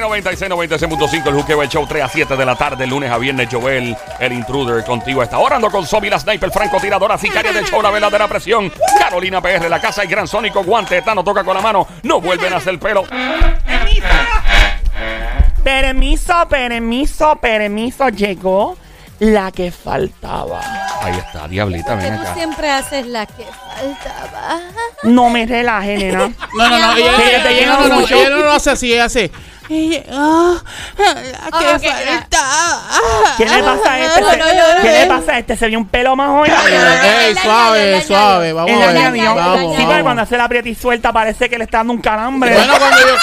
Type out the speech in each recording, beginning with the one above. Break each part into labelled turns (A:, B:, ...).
A: 96, 96.5, el Juqueo, el show 3 a 7 de la tarde, lunes a viernes, Joel, el intruder, contigo a esta hora, ando con Sobi, la sniper, francotiradora, sicaria del show, la verdadera presión, Carolina PR, la casa, el gran sónico, guante, no toca con la mano, no vuelven a hacer pelo.
B: Permiso, permiso, permiso. Llegó la que faltaba.
A: Ahí está, diablita,
C: Que
A: ven
C: tú
A: acá.
C: siempre haces la que faltaba.
B: No me relaje, nena.
D: No, no, no. Ella,
B: Que
D: ella-
B: te
D: ella
B: llena
D: no, no,
B: mucho.
D: ella no lo hace así, ella hace. Ella, ah, la que
C: Ah, ok,
D: falta.
B: ¿Qué le pasa a este?
C: No,
B: Se-
C: no, no, no,
B: ¿Qué le
C: no.
B: pasa a este? Se vio un pelo más hoy.
D: Ey,
C: la añadió,
D: suave,
C: la
D: suave.
C: añadió.
D: Vamos
B: En
D: a
B: la
D: ver.
B: añadió.
D: Vamos,
B: Sí, porque cuando
D: vamos.
B: hace la aprieta y suelta parece que le está dando un calambre.
D: Bueno, cuando yo,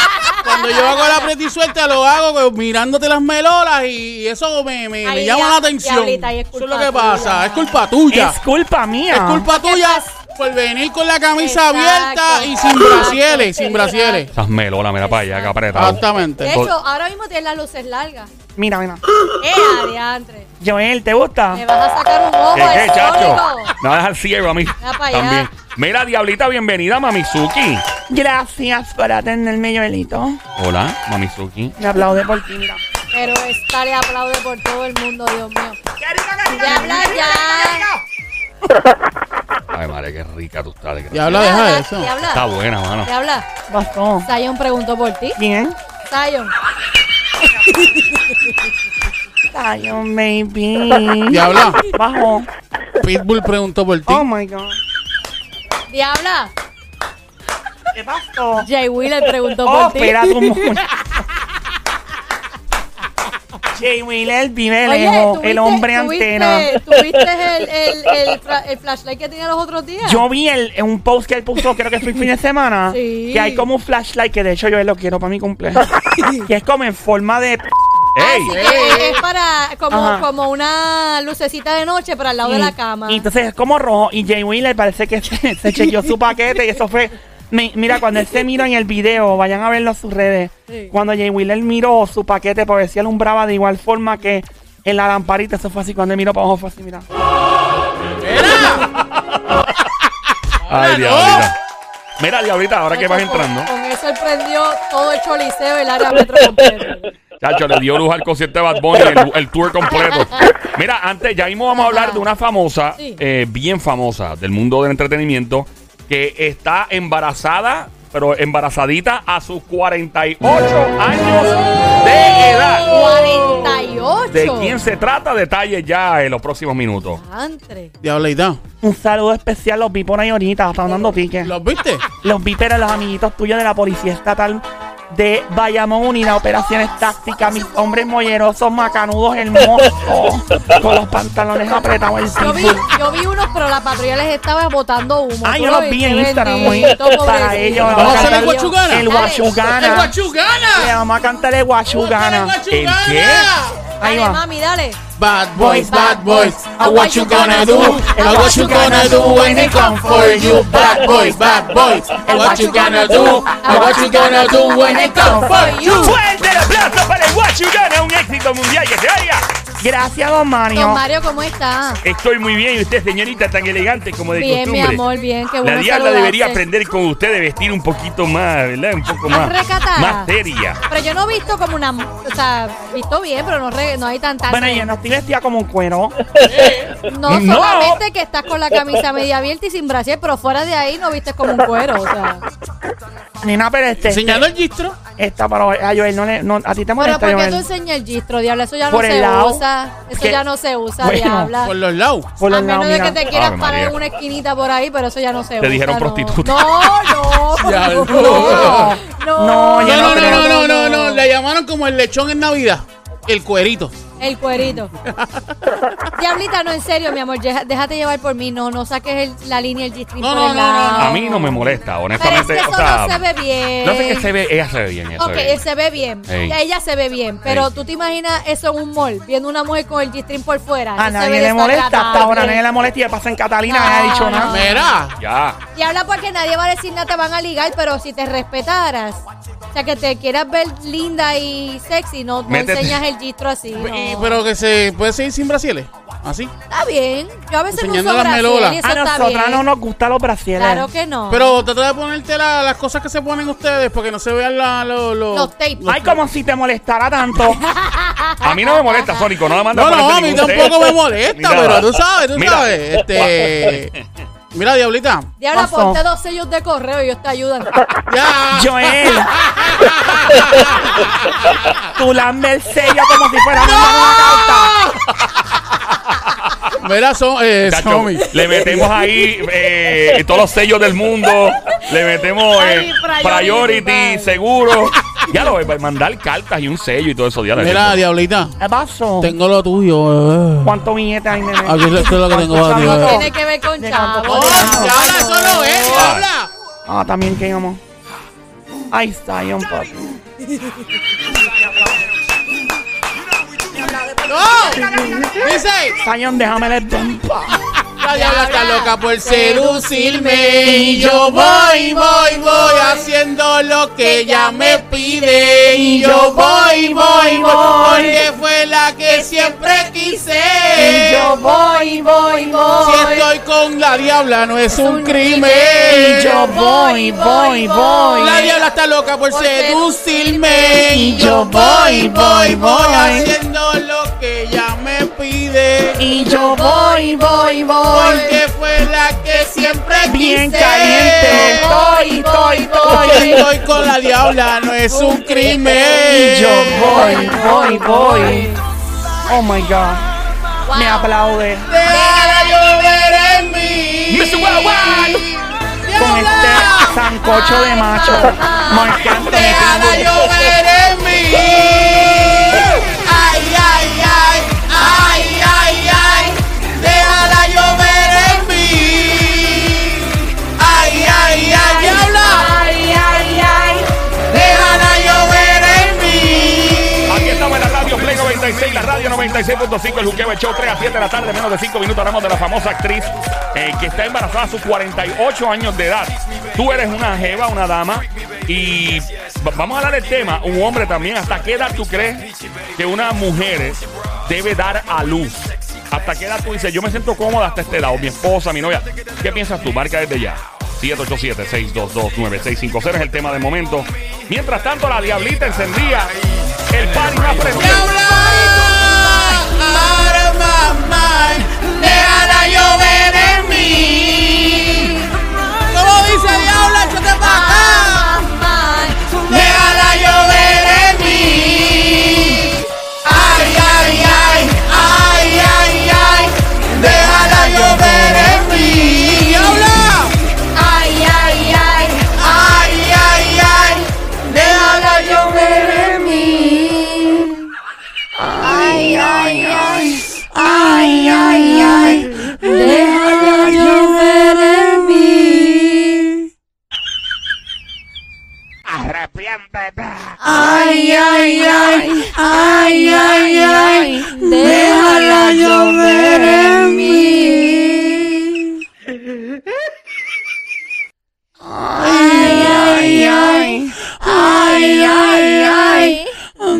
D: cuando yo hago la aprieta y suelta, lo hago pues, mirándote las melolas y eso me, me, me
C: Ahí
D: llama
C: ya-
D: la atención.
C: diablita, ahí es
D: eso es
C: culpa
D: lo que
C: tuya.
D: pasa. Es culpa tuya.
B: es culpa mía.
D: Es culpa tuya por venir con la camisa abierta y sin
C: Exacto.
D: brasieles. Sin brasieles.
A: Esas melolas, mira para allá, que apretado.
C: De
D: Exactamente.
C: hecho, ahora mismo tienes las luces largas.
B: Mira, mira.
C: ¡Eh, adiantre!
B: Joel, ¿te gusta?
C: Me vas a sacar un ojo
A: ¿Qué, qué,
C: el
A: chacho?
C: sónico.
A: No dejar ciego a mí.
C: Mira pa' allá.
A: También. Mira, diablita, bienvenida, Mamizuki.
B: Gracias por atenderme, Joelito.
A: Hola, Mamizuki.
B: Me aplaude por ti, mira.
C: Pero esta le aplaude por todo el mundo, Dios mío.
B: ¡Qué rico, qué rico,
C: Ya habla
B: qué rico,
C: ya.
B: qué rico!
A: Ay, madre, qué rica tú estás. desgraciada.
D: Diabla, deja eso.
C: ¿Te
A: Está
C: habla?
A: buena, mano.
C: ¿Te habla?
B: Bastó.
C: Zion preguntó por ti.
B: ¿Quién?
C: Zion.
B: Zion, baby.
D: Diabla.
B: Bajo.
D: Pitbull preguntó por ti.
B: Oh my god.
C: Diabla.
B: ¿Qué pasó?
C: Jay Wheeler preguntó
B: Oh,
C: por ti.
B: espera tu mundo. Jay Wheeler vive lejos,
C: ¿tuviste-
B: el hombre
C: tuviste-
B: antena.
C: ¿Tuviste el, el, el, fra- el flashlight que tenía los otros días?
B: Yo vi el, en un post que él puso, creo que fue el fin de semana,
C: Sí.
B: que hay como un flashlight, que de hecho yo lo quiero para mi cumpleaños. que es como en forma de...
A: ¡Ey!
C: Así que es para como,
B: Ajá.
C: como una lucecita de noche para el lado de la cama.
B: Y entonces es como rojo. Y Jay Wheeler parece que se, se chequeó su paquete y eso fue... mi- mira, cuando él se miró en el video, vayan a verlo a sus redes.
C: Sí.
B: Cuando Jay Wheeler miró su paquete, porque si alumbraba de igual forma que en la lamparita, eso fue así. Cuando él miró para abajo fue así, mira.
A: Ay, diablita. Mira, diablita, ahora que
C: Chacho,
A: vas
C: con-
A: entrando.
C: Con eso él prendió todo el choliseo el área metro completo.
A: Chacho, le dio luz al concierto de Bad Bunny, el, el tour completo. Mira, antes, ya mismo vamos a hablar de una famosa,
C: Sí.
A: eh, bien famosa del mundo del entretenimiento, que está embarazada, pero embarazadita a sus 48 años de edad.
C: 48.
A: ¿De quién se trata? Detalles ya en los próximos minutos.
C: Antre.
D: Diablita.
B: Un saludo especial, los vi por ahí ahorita, están dando pique.
D: ¿Los viste?
B: Los vi, pero los amiguitos tuyos de la Policía Estatal de Bayamón y las operaciones tácticas, mis hombres mollerosos, macanudos hermosos, con los pantalones apretados, el
C: Yo vi,
B: pitbull.
C: yo vi unos, pero la patrulla les estaba botando humo.
B: Ah,
C: Tú
B: yo
C: lo
B: los vi
C: viste,
B: en Instagram, güey.
C: bendito,
B: Para
C: pobrecito.
B: ellos,
D: Vamos a hacer el
B: cantar
D: guachugana.
B: El
D: ¡El
B: guachugana. Le
D: guachugana!
B: vamos a cantar el guachugana.
A: ¿El qué?
B: Ahí
C: Dale,
B: va.
C: mami, dale.
D: Bad boys, bad boys, uh, what you gonna do? Uh, what you gonna do when they come for you? Bad boys, bad boys, uh, what you gonna do? Uh, what you gonna do when they come for you?
A: ¡Fuerte el aplauso para el Guachugana! ¡Un éxito mundial que se vaya!
B: Gracias, don
C: Don
B: Mario.
C: Mario, ¿cómo está?
A: Estoy muy bien y usted, señorita, tan elegante como de
C: Bien, mi
A: costumbre.
C: amor, bien, qué
A: La
C: bueno
A: diabla debería
C: saludarte.
A: aprender con usted de vestir un poquito más, ¿verdad? Un poco
C: Más
A: más.
C: recatada.
A: Más seria.
C: Pero yo no he visto como una. O sea, visto bien, pero no, re- no hay tanta.
B: Bueno, yo no estoy vestida como un cuero.
C: No,
A: No.
C: solamente que estás con la camisa media abierta y sin brasier, pero fuera de ahí no vistes como un cuero, o sea.
B: Nena, pero este.
D: Señaló el gistro.
B: Esta, pero a Joel no le. No, a ti te
C: Pero
B: molesta,
C: ¿por qué
B: Joel.
C: tú enseñas el gistro, diabla? Eso ya no
B: Por el
C: se
B: lado.
C: usa. Eso
B: Que-
C: ya no se usa,
B: Bueno,
C: diabla.
D: Por los lados.
B: Por
C: A
B: los lados,
C: menos de que
B: mira.
C: te quieras
A: Ave
C: parar
A: María.
C: en una esquinita por ahí, pero eso ya no se usa.
A: dijeron
C: no.
A: prostituta.
C: No, no.
D: Ya,
C: no,
D: no.
B: No,
D: No,
B: yo
D: no, no, no, no, no, no. Le llamaron como el lechón en Navidad. El cuerito.
C: El cuerito. Diablita, no, en serio, mi amor, ya- déjate llevar por mí. No, no saques el- la línea, el gistro
D: No,
C: por
D: no,
C: el
D: no, no,
C: lado.
D: no.
A: A mí no me molesta,
C: Pero es
A: honestamente.
C: que eso
A: o sea,
C: no se ve bien.
A: no sé qué se ve. Ella se ve bien. ella se
C: Ok,
A: ve bien.
C: él se ve bien.
A: Ey.
C: Ella se ve bien. Pero
A: Ey.
C: tú te imaginas eso en un mall, viendo una mujer con el G-string por fuera.
B: A
C: Eso
B: nadie
C: se ve
B: le molesta,
C: desagradable.
B: hasta ahora nadie le molesta y le pasa en Catalina,
C: No,
B: nadie ha dicho Ah,
C: no.
D: Ah.
B: nada.
D: Mira.
A: Ya.
C: Y habla porque nadie va a decir nada, te van a ligar, pero si te respetaras, o sea, que te quieras ver linda y sexy, no, no
A: Métete.
C: enseñas el gistro así. no.
D: Y- pero que se puede seguir sin brasiles. Así.
C: Está bien. Yo a veces no uso
D: Enseñando las
C: brasier
D: melolas.
C: y eso
B: A
C: está
B: Ah, nosotras
C: bien.
B: no nos gustan los brasieres.
C: Claro que no.
D: Pero trata de ponerte la- las cosas que se ponen ustedes para que no se vean la- lo- lo-
C: Los tapes.
B: Ay, como si te molestara tanto.
A: A mí no me molesta, Sónico, no me manda
D: No,
A: a
D: no,
A: ponerte
D: a mí
A: ningún
D: tampoco
A: test.
D: me
A: Ni
D: molesta,
A: nada.
D: pero tú sabes, tú
A: Mira.
D: sabes. Este. Mira, Diablita.
C: Diabla,
B: pasó.
C: ponte dos sellos de correo y ellos te ayudan.
D: Ya.
B: Joel. Tú lambe el sello como si fuera una carta.
D: Mira, son, eh,
A: Chacho,
D: Somi.
A: le metemos ahí eh, todos los sellos del mundo, le metemos eh,
C: Ay,
A: priority,
C: priority, vale.
A: seguro. Ya lo voy a mandar cartas y un sello y todo eso. Ya lo-
D: Mira, Diablita.
B: ¿Qué pasó?
D: Tengo lo tuyo. eh.
B: ¿Cuánto billete hay, nene?
D: Aquí esto es lo que tengo para
B: ¿Cuántos
D: ti. eh.
B: chavos?
C: Tiene que ver con
B: De
C: chavos.
B: campo.
C: chavos.
D: Diabla, eso no es, Diabla.
B: Ah, también que íbamos. Ahí está, John Papi.
D: No. Dice.
B: Sayón, déjame el dempa.
D: La diabla está loca por seducirme Y yo voy, voy, voy Haciendo lo que ella me pide Y yo voy, voy, voy Porque fue la que siempre quise
B: yo
C: Voy, voy, voy.
D: Si estoy con la diabla no es un
B: Y
D: crimen
B: yo voy, voy, voy.
D: La diabla está loca por
C: Por
D: seducirme Y yo voy, voy, voy Haciendo lo que ella me pide
B: Y yo voy, voy, voy.
D: Porque fue la que siempre
B: Bien
D: quise.
B: caliente. Estoy, estoy,
D: Porque
B: estoy.
D: estoy con la diabla, no es un crimen.
B: Y yo voy, voy, voy. Oh my God.
C: Wow.
B: Me aplaude.
D: Déjala llover en mí.
A: Mr. Wild Wild.
B: Con este
D: Diabla,
B: sancocho de macho. Marc Anthony
D: déjala
B: Timbuk.
D: llover en mí. Ay, ay, ay, ay, ay, ay. Déjala llover en mí. Ay, ay, ay, diabla.
C: Ay, ay, ay.
D: Déjala llover en mí.
A: Aquí estamos en la radio Play 96, la radio 96.5, el Juqueo el Show 3 a 7 de la tarde, menos de 5 minutos. Hablamos de la famosa actriz eh, que está embarazada a sus 48 años de edad. Tú eres una jeva, una dama, y va- vamos a hablar del tema, un hombre también. ¿Hasta qué edad tú crees que una mujer debe dar a luz? ¿Hasta qué edad tú dices, yo me siento cómoda hasta esta edad, o mi esposa, mi novia? ¿Qué piensas tú? Marca desde ya. 787-622-9650 es el tema de momento. Mientras tanto, la diablita encendía el party más prendido.
D: Diabla, out of my mind. Déjala llover en mí. ¿Cómo dice Diabla? Échate para acá. Déjala llover en mí. Ay, ay, ay, ay, ay, ay. Déjala llover en mí. Diabla.
C: Ay, ay, ay.
D: Ay, ay, ay. Déjala llover en mí. Ay, ay, ay. Ay, ay, ay. Déjala llover en mí. Ay, ay, ay. Ay, ay, ay. Déjala llover en mí. Ay, ay, ay. Ay, ay, ay.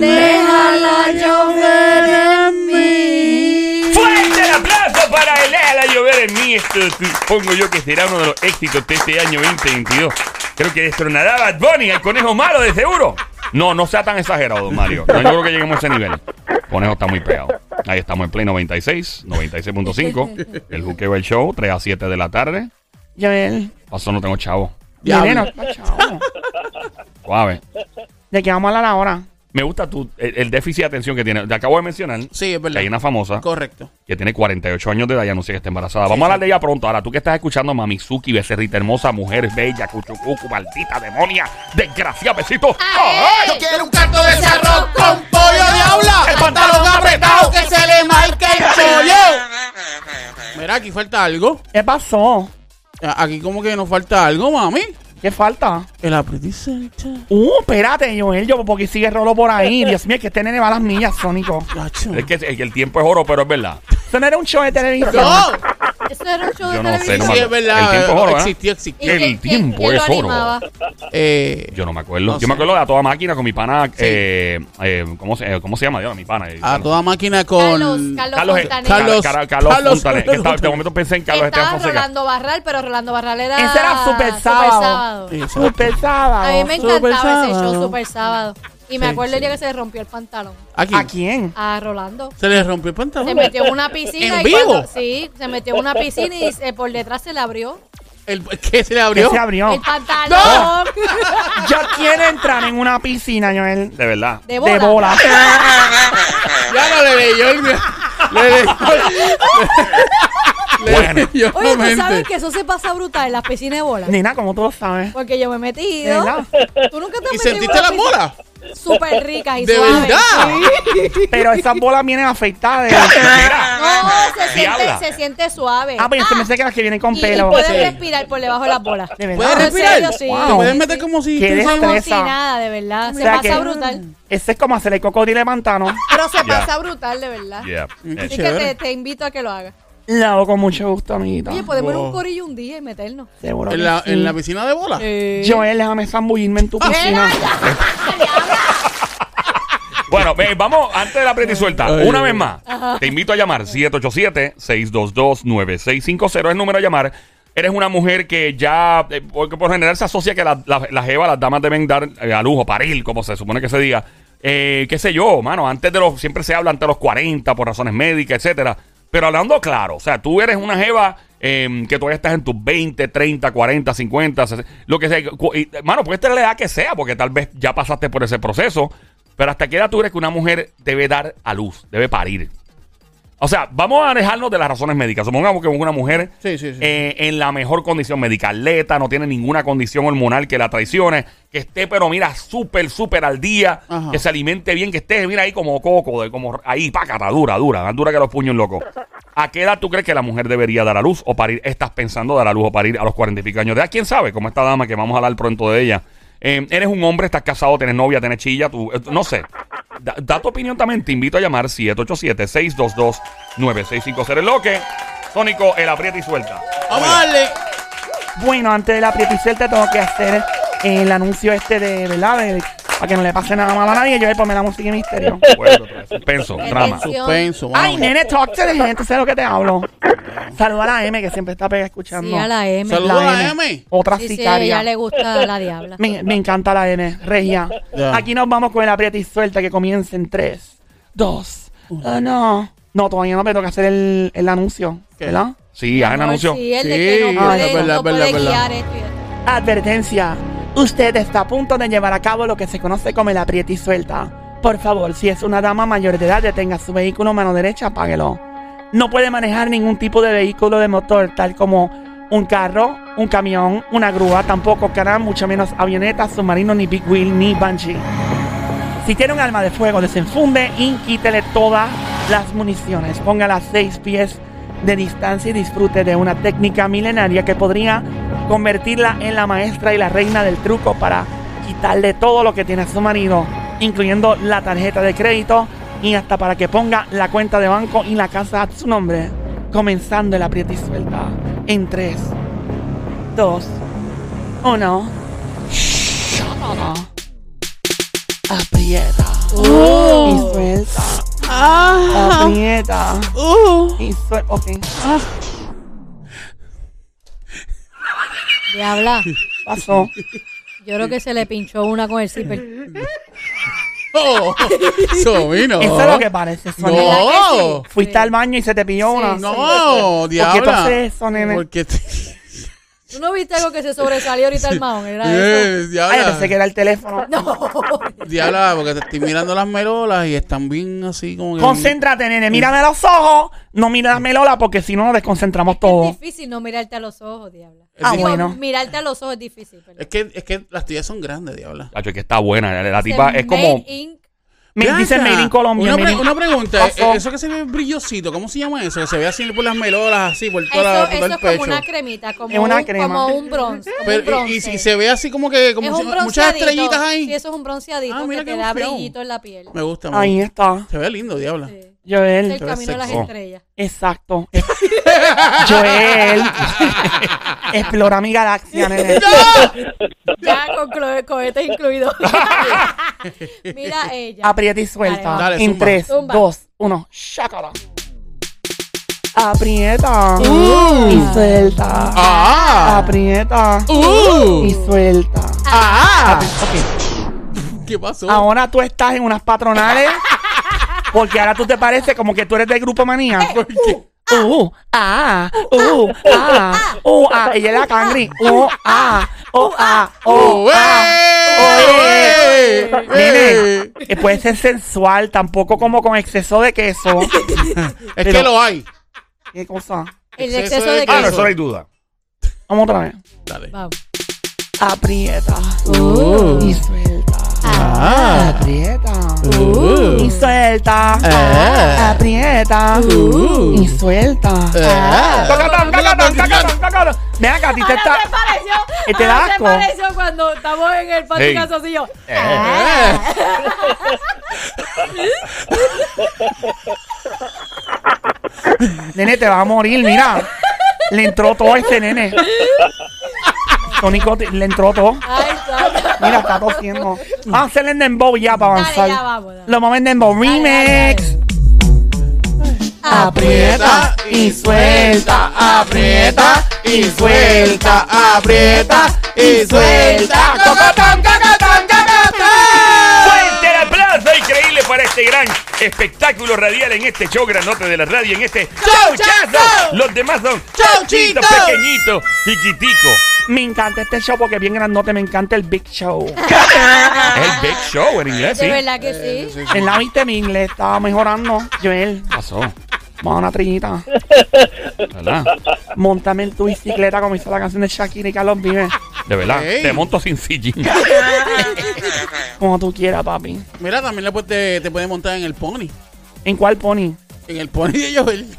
D: Déjala llover en mí.
A: ¡Fuerte el aplauso para el ala llover en mí! Esto supongo yo que será uno de los éxitos de este año 2022. Creo que destronará a Bad Bunny, al conejo malo, de seguro. No, no sea tan exagerado, don Mario. No, yo creo que lleguemos a ese nivel. El conejo está muy pegado. Ahí estamos en Play 96, 96.5. El Juqueo El Show, 3 a 7 de la tarde.
B: Joel.
A: Pasó, no tengo chavo.
D: Diablo.
B: Nene, no está chavo.
A: Suave.
B: ¿De qué vamos a hablar ahora?
A: Me gusta tu, el, el déficit de atención que tiene. Te acabo de mencionar
D: Sí, es
A: que hay
D: verdad.
A: una famosa
D: Correcto.
A: que tiene 48 años de edad y anuncia que está embarazada. Vamos a hablar de ella pronto. Ahora, tú que estás escuchando, Mamizuki, becerrita hermosa, mujer bella, cuchucucu, maldita demonia, desgracia, besito. Ah.
C: Ay,
D: Yo quiero un canto de ese arroz con pollo diabla. El pantalón apretado que se le marque el pollo. Mira, aquí falta algo.
B: ¿Qué pasó?
D: A- Aquí como que nos falta algo, mami.
B: ¿Qué falta?
D: El aprendizaje.
B: Uh, espérate, Joel, yo, porque sigue rolo por ahí. Dios mío, que este nene va a las millas, Sónico.
D: Chacho.
A: Es que, es que el tiempo es oro, pero es verdad.
B: Eso no era un show de televisión.
D: No.
C: Eso era un show
A: Yo
C: de
A: no sé, no
C: televisión.
A: me
D: Sí, es verdad.
A: El tiempo es oro, ¿eh?
D: Existió, existió.
C: ¿Y
A: El
C: quién- quién-
A: tiempo
C: quién
A: es
C: lo
A: oro.
C: animaba?
D: Eh,
A: Yo no me acuerdo.
D: No
A: Yo me
D: sé.
A: acuerdo de A Toda Máquina con mi pana. Eh, eh, ¿cómo, se, eh, ¿Cómo se llama? Dios, mi pana. eh,
D: a
A: bueno.
D: toda máquina
C: Carlos,
D: con.
C: Carlos,
A: Carlos,
C: Fontanet.
A: Carlos,
D: Ah, Carlos-
A: Carlos, Carlos,
D: Carlos-
A: Fontanet, que estaba- de momento pensé en Carlos
C: Estaba
A: Esteban Fonseca.
C: Rolando Barral, pero Rolando Barral era.
B: Ese era Super Sábado.
D: Sí, exacto.
B: Super Sábado.
C: A mí me
D: Super
C: encantaba ese
D: Sábado.
C: show, Super Sábado. Y me
D: Sí,
C: acuerdo el día
D: sí.
C: que se le rompió el pantalón
D: ¿A quién?
B: ¿A quién?
C: a Rolando.
D: Se le rompió el
C: Se
D: pantalón.
C: metió en una piscina.
D: ¿En
C: y cuando-
D: vivo?
C: sí, se metió en una piscina y eh, por detrás se le abrió
D: El, ¿Qué se le
B: ¿Qué
D: abrió?
B: se abrió?
C: el pantalón.
B: Yo quiero entrar en una piscina, Joel.
A: De verdad.
C: De bola.
B: De bola.
D: Ya no le leyó el. Le leyó. Le leyó
C: Oye, ¿tú
D: la
C: sabes
D: mente.
C: que eso se pasa brutal en las piscinas de bola?
B: Nina, como tú lo sabes.
C: Porque yo me he metido.
B: ¿Verdad?
C: ¿Tú nunca te has
D: ¿Y
C: metido en
D: sentiste
C: una
D: la
C: piscina?
D: bola?
C: Súper rica y
D: ¿De
C: suave.
D: verdad?
B: Pero esas bolas vienen afeitadas.
A: Mira,
C: No, se
A: Diabla.
C: siente, se siente suave.
B: Ah, pero se me sé que las que vienen con
C: y, y
B: pelo.
C: puedes
D: Sí.
C: respirar por debajo de las bolas.
B: De verdad.
D: ¿Puedes
C: No, en
D: respirar?
C: serio, sí.
D: Te
B: Wow.
D: puedes meter como si.
B: Qué
D: tú sabes-
B: destreza.
C: Como si nada, de verdad. Se
B: O sea
C: pasa
B: que- Mm.
C: brutal.
B: Ese es como hacerle cocodrilo de pantano.
C: Pero se
A: Ya.
C: pasa brutal, de verdad.
A: yeah.
D: Mm.
A: Eh,
C: Así que
D: Chévere.
C: te, te invito a que lo hagas.
B: Lo hago con mucho gusto, amiguita.
C: Oye, pues, podemos ir a un
D: Wow.
C: corillo un día y meternos.
B: Seguro que
D: ¿En la,
B: sí.
D: en la piscina de bola?
B: Joel, déjame zambullirme en tu piscina.
A: Bueno, ve, vamos antes de la prenda y suelta. Una vez más, te invito a llamar 787-622-9650. Es el número a llamar. Eres una mujer que ya, eh, porque por general se asocia que la, la, la jeva, las damas deben dar eh, a lujo, parir, como se supone que se diga. Eh, qué sé yo, mano, antes de los, siempre se habla antes de los 40 por razones médicas, etcétera. Pero hablando claro, o sea, tú eres una jeva eh, que todavía estás en tus 20, 30, 40, 50, 60, lo que sea. Cu- y, Mano, puede estar la edad que sea, porque tal vez ya pasaste por ese proceso. Pero hasta qué edad tú crees que una mujer debe dar a luz, debe parir. O sea, vamos a alejarnos de las razones médicas. Supongamos que una mujer
D: Sí, sí, sí.
A: eh, en la mejor condición médica, atleta, no tiene ninguna condición hormonal que la traicione, que esté, pero mira, súper, súper al día,
D: Ajá.
A: que se alimente bien, que esté, mira, ahí como coco, de como ahí, pácata, dura, dura, más dura que los puños locos. ¿A qué edad tú crees que la mujer debería dar a luz o parir? ¿Estás pensando dar a luz o parir a los 40 y pico años de edad? ¿Quién sabe? Como esta dama que vamos a hablar pronto de ella. Eh, eres un hombre, estás casado, tienes novia, tienes chilla, tú, eh, no sé. Da, da tu opinión también. Te invito a llamar 787-622-9650. El loque, Sónico, el aprieta y suelta.
D: Vamos a darle.
B: Bueno, antes de la aprieta y suelta tengo que hacer el anuncio este de, ¿verdad? De- para que no le pase nada malo a nadie. Joel, ponme la música de misterio.
A: Bueno, otra vez. Suspenso, drama.
D: Suspenso. vamos.
B: Ay, nene, talk to the gente, sé lo que te hablo. Saluda a la M, que siempre está pega escuchando.
C: Sí, a la M.
D: Saludos a la M.
B: Otra
C: Sí, sí, a
B: sicaria.
C: ella le gusta la diabla.
B: me, me encanta la M, regia.
D: Ya.
B: Aquí nos vamos con el aprieta y suelta que comienza en 3, 2, no. No, todavía no me toca hacer el, el anuncio,
D: ¿Qué?
B: ¿verdad?
A: Sí, hagan anuncio.
C: Sí, el de
D: Ah,
C: que no
D: Sí, es
C: puede,
D: verdad,
C: no
D: verdad,
C: puede
D: verdad.
C: guiar esto y esto.
B: Advertencia. Usted está a punto de llevar a cabo lo que se conoce como el aprieta y suelta. Por favor, si es una dama mayor de edad, detenga su vehículo mano derecha, apáguelo. No puede manejar ningún tipo de vehículo de motor, tal como un carro, un camión, una grúa, tampoco canal, mucho menos avionetas, submarinos, ni big wheel, ni bungee. Si tiene un arma de fuego, desenfunde y quítele todas las municiones. Póngala a seis pies de distancia y disfrute de una técnica milenaria que podría convertirla en la maestra y la reina del truco para quitarle todo lo que tiene a su marido, incluyendo la tarjeta de crédito y hasta para que ponga la cuenta de banco y la casa a su nombre. Comenzando el aprieta y suelta en 3, 2, 1. Aprieta. Y suelta. Aprieta.
D: Uh.
B: Y suelta. Ok.
C: Diabla,
B: Pasó.
C: yo creo que se le pinchó una con el zipper.
D: Oh, eso vino.
B: Eso es lo que parece. Sony.
C: ¿Verdad
D: No.
C: que sí?
B: Fuiste al baño y se te pilló una.
D: No, diabla.
B: ¿Por qué tú haces eso, nene?
D: Porque
C: ¿Tú no viste algo que se sobresalió ahorita el maón? Era eso.
D: Eh,
B: Ay,
D: diabla,
B: pensé que era el teléfono.
C: Mm.
D: diabla, porque te estoy mirando las melolas y están bien así como que.
B: Concéntrate, nene. Mírame a los ojos. No mires las melolas porque si no nos desconcentramos
C: Es
B: todos.
C: difícil no mirarte a los ojos, diabla.
B: Ah,
C: Digo,
B: bueno.
C: Mirarte a los ojos es difícil. perdón.
D: Es que, es que las tuyas son grandes, diabla.
A: Chacho, es que está buena. La, la tipa es como.
C: Made in-
B: Me
D: Ven
B: dicen
D: acá,
B: Made in Colombia.
D: Una,
B: made
D: pre-
B: in-
D: una pregunta, eh,
B: Pasó.
D: eso que se ve brillosito, ¿cómo se llama eso? Que se ve así por las melolas, así, por toda
C: Eso,
D: la- por
C: eso
D: todo
C: es
D: el
C: como
D: pecho.
C: una cremita, como,
B: Es una
C: un,
B: crema.
C: como un bronce. Como un
D: Pero, y-
C: bronce.
D: y, si se ve así como que, como
C: es
D: si-
C: un bronceadito.
D: muchas estrellitas ahí.
C: Sí, eso es un bronceadito
D: Ah, mira
C: que
D: qué
C: te da
D: bufiao.
C: brillito en la piel.
D: Me gusta, me
B: Ahí
D: gusta.
B: está.
D: Se ve lindo, diabla.
C: Sí.
B: Joel.
C: El camino de las
A: sexo.
C: estrellas.
B: Exacto. Joel. Explora mi galaxia, nene.
C: Ya con clo- cohetes incluidos. Mira ella.
B: Aprieta y suelta.
C: Dale,
B: en
D: zumba.
B: 3,
C: Zumba.
B: 2, 1. Shakara. Aprieta.
D: Uh.
B: Y suelta.
D: Ah.
B: Aprieta.
D: Uh.
B: Y suelta.
D: Ah.
B: Ok.
D: ¿Qué pasó?
B: Ahora tú estás en unas patronales. Porque ahora tú te pareces como que tú eres del grupo manía. Eh, Uh, ah, uh, ah, uh, ah. Ella es la cangri. Uh, ah, uh, ah,
D: ¡Oh,
B: uh,
D: eh!
B: ah.
D: ¡Oye!
B: Nene, eh, puede ser sensual, tampoco como con exceso de queso.
D: Es que lo hay.
B: ¿Qué cosa?
C: El
D: exceso
C: exceso
D: de
C: de
A: Ah, no,
C: queso.
A: eso no hay duda.
C: Eh,
B: Vamos otra vez.
D: Dale.
C: Vamos.
B: Aprieta y suelta.
D: Ah. Uh.
B: Aprieta y suelta.
D: Ah. uh.
B: Aprieta y suelta.
D: Eh. Ah.
B: Cacatón, cacatón,
C: Eh.
B: cacatón, cacatón. Ven acá, a ti te está.
C: Ahora se pareció.
B: Eh, te da
C: ahora
B: asco.
C: se pareció cuando estamos en el patio
A: Ey.
C: calzoncillo.
D: Eh.
B: Nene, te vas a morir, mira. Le entró todo este nene. Tónico, te- le entró todo.
C: Ay, santo.
B: Mira, está tosiendo. Vamos a hacerle en dembow ya para
C: Dale,
B: avanzar.
C: ya vamos, dale.
B: Lo vamos en dembow
C: Dale, dale, Ah, pues,
B: remix. Ah,
C: dale.
D: Aprieta y suelta, aprieta y suelta, aprieta y suelta. ¡Cocotón, cocotón, cocotón!
A: Fuente la plaza increíble para este gran espectáculo radial en este show granote de la radio, en este
D: Show,
A: chazo.
D: chazo.
A: Los demás son
D: Show,
A: chauchitos,
D: chito.
A: pequeñitos, chiquiticos.
B: Me encanta este show porque es bien grandote. Me encanta el Big Show.
A: Es el Big Show en inglés, sí.
C: Ah. De verdad que sí.
B: En la viste mi inglés estaba mejorando. Joel,
A: Pasó,
B: vamos a una trillita.
A: ¿verdad?
B: Montame en tu bicicleta como hizo la canción de Shakira y Carlos Vives.
A: De verdad,
D: Ey.
A: te monto sin sillín.
B: Como tú quieras, papi.
D: Mira, también le puedes- te, te puedes montar en el pony.
B: ¿En cuál pony?
D: En el pony de Joel.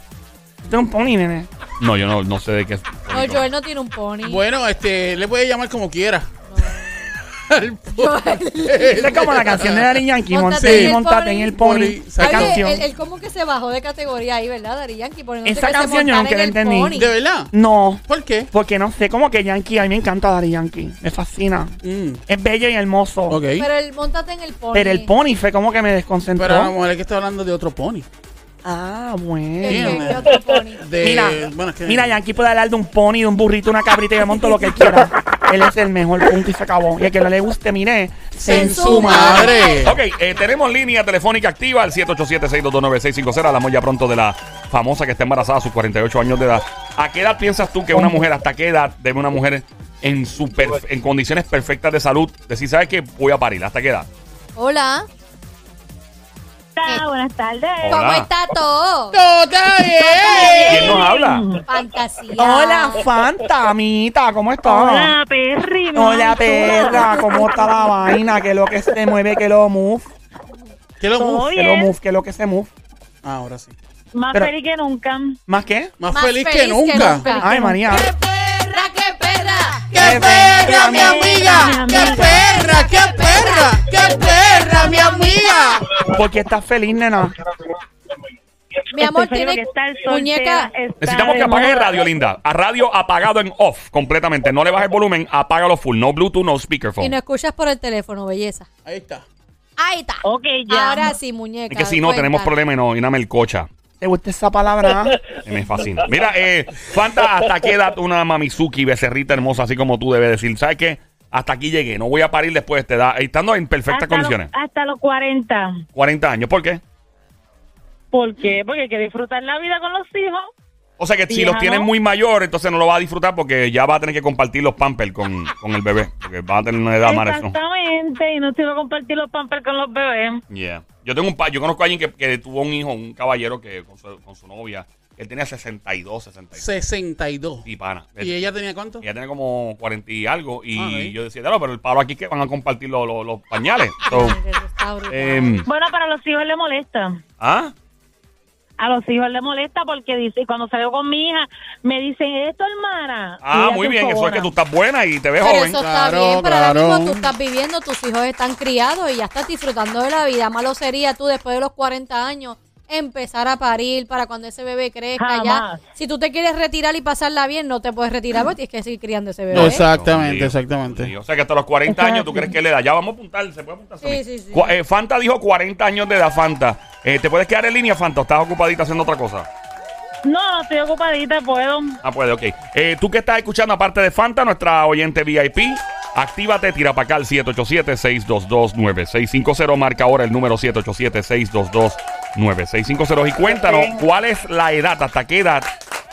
B: Este es un pony, nene.
A: No, yo no, no sé de qué.
C: No, Joel no tiene un pony.
D: Bueno, este, le puedes llamar como quiera. Al
C: Joel.
B: Esta es como la canción de Daddy Yankee. Montate,
C: Móntate
D: en el
B: montate
C: pony.
B: en el pony.
D: Pony.
B: Esa
D: Oye,
B: canción.
C: Él, él como que se bajó de categoría ahí, ¿verdad, Dari Yankee? Por
B: Esa canción yo nunca la entendí.
D: ¿De verdad?
B: No,
D: ¿Por qué?
B: porque no sé, como que Yankee, a mí me encanta Daddy Yankee. Me fascina.
D: Mm,
B: Es bello y hermoso.
D: ok.
C: Pero el montate en el pony.
B: Pero el pony fue como que me desconcentró.
D: Pero a lo mejor es que está hablando de otro pony.
B: ah,
C: ¿Qué-
B: bueno.
C: qué-
D: Damn.
C: qué otro pony?
D: De,
B: Mira,
D: Eh, bueno, es que-
B: mira, Yankee puede hablar de un pony, de un burrito, una cabrita y de monto lo que quiera. Él es el mejor, punto y se acabó. Y el que no le guste, mire, se
D: En su madre.
A: Ok, eh, tenemos línea telefónica activa al 787-622-9650. Hablamos ya pronto de la famosa que está embarazada a sus 48 años de edad. ¿A qué edad piensas tú que una mujer, hasta qué edad debe una mujer en, su perf- en condiciones perfectas de salud decir, ¿sabes qué? Voy a parir. ¿Hasta qué edad?
C: Hola.
E: Hola, buenas tardes.
C: ¿Cómo
A: Hola.
C: está todo?
D: ¡No, está bien!
A: ¿Quién nos habla?
C: Fantasía.
B: Hola, Fanta, amiguita, ¿cómo estás?
E: Hola, Perry.
B: Hola,
E: mamá,
B: perra, ¿cómo está la vaina? Que lo que se mueve, que lo move,
D: ¿Qué lo
E: Todo
D: move?
B: que lo
E: bien.
B: move, que lo que se move.
D: Ah, ahora sí.
E: Más
B: Pero-
E: feliz que nunca.
C: Ah,
B: ¿Más qué?
D: Más, feliz, que nunca.
B: Ay, María.
C: ¡Qué perra, qué perra!
D: ¡Qué perra, mi amiga! ¡Qué perra, qué perra! ¡Qué perra, mi amiga!
B: Porque estás feliz, nena.
C: Mi amor,
E: Estoy
C: tiene
E: feliz que estar soltera,
C: muñeca.
E: está
A: Necesitamos
E: de
A: que apagues el
E: moda.
A: radio, linda. A radio apagado en off completamente. No le bajes el volumen, apágalo full. No Bluetooth, no
C: Y no
A: speakerphone.
C: escuchas por el teléfono, belleza.
D: Ahí está.
C: Ahí está.
E: Ok, ya.
C: Ahora sí, muñeca.
A: Es que si no,
C: cuenta.
A: tenemos problemas y no, y una melcocha.
B: ¿Te gusta esa palabra?
A: Eh, Me fascina. Mira, eh, Fanta, ¿hasta qué edad una mamizuki becerrita hermosa, así como tú debes decir? ¿Sabes qué? Hasta aquí llegué, no voy a parir después de esta edad, estando en perfectas
E: hasta
A: condiciones.
E: Los, hasta los 40.
A: 40 años, ¿por qué?
E: ¿Por qué? Porque hay que disfrutar la vida con los hijos.
A: O sea que si
E: Vieja,
A: los tienes
E: ¿no?
A: muy mayor, entonces no lo va a disfrutar porque ya va a tener que compartir los pampers con, con el bebé, porque va a tener una edad más. ¿no?
E: Exactamente. Y no te iba a compartir los pampers con los bebés.
A: Yeah. Yo tengo un pa yo conozco a alguien que, que tuvo un hijo, un caballero que con su, con su novia, él tenía 62, 63.
D: 62.
A: Y pana.
D: ¿Y ella tenía cuánto?
A: Ella tiene como 40 y algo. Y
D: Ah, ¿eh?
A: yo decía, "Diablo, pero el paro aquí es que van a compartir los, los- los pañales. So,
C: Ay, que eso está brutal.
A: em,
E: Bueno, para los hijos le molesta.
A: ¿Ah?
E: A los hijos le molesta porque dice, cuando salgo con mi hija, me dicen, ¿es tu hermana?
A: Ah,
E: Mira
A: muy
E: qué
A: bien. Eso es
E: sobona.
A: que tú estás buena y te ves
C: Pero
A: joven.
C: eso está
D: Claro,
C: bien, pero ahora
D: claro.
C: mismo tú estás viviendo, tus hijos están criados y ya estás disfrutando de la vida. Malo sería tú después de los 40 años. empezar a parir para cuando ese bebé crezca
E: Jamás.
C: ya. Si tú te quieres retirar y pasarla bien, no te puedes retirar porque tienes que seguir criando ese bebé.
D: No, Exactamente,
A: Dios
D: exactamente.
A: mío. O sea que hasta los 40 años, ¿tú
E: Exacto.
A: crees que le da? Ya vamos a apuntar, se puede apuntar.
C: Sí,
A: Sony?
C: sí, sí.
A: Cu- eh, Fanta dijo 40 años de edad, Fanta. Eh, ¿Te puedes quedar en línea, Fanta? ¿O estás ocupadita haciendo otra cosa?
E: No, estoy ocupadita, puedo.
A: Ah, puede, ok. Eh, Tú que estás escuchando, aparte de Fanta, nuestra oyente VIP, actívate, tira para acá al 787-622-9650. Marca ahora el número 787-622-9650. Y cuéntanos, ¿cuál es la edad? ¿Hasta qué edad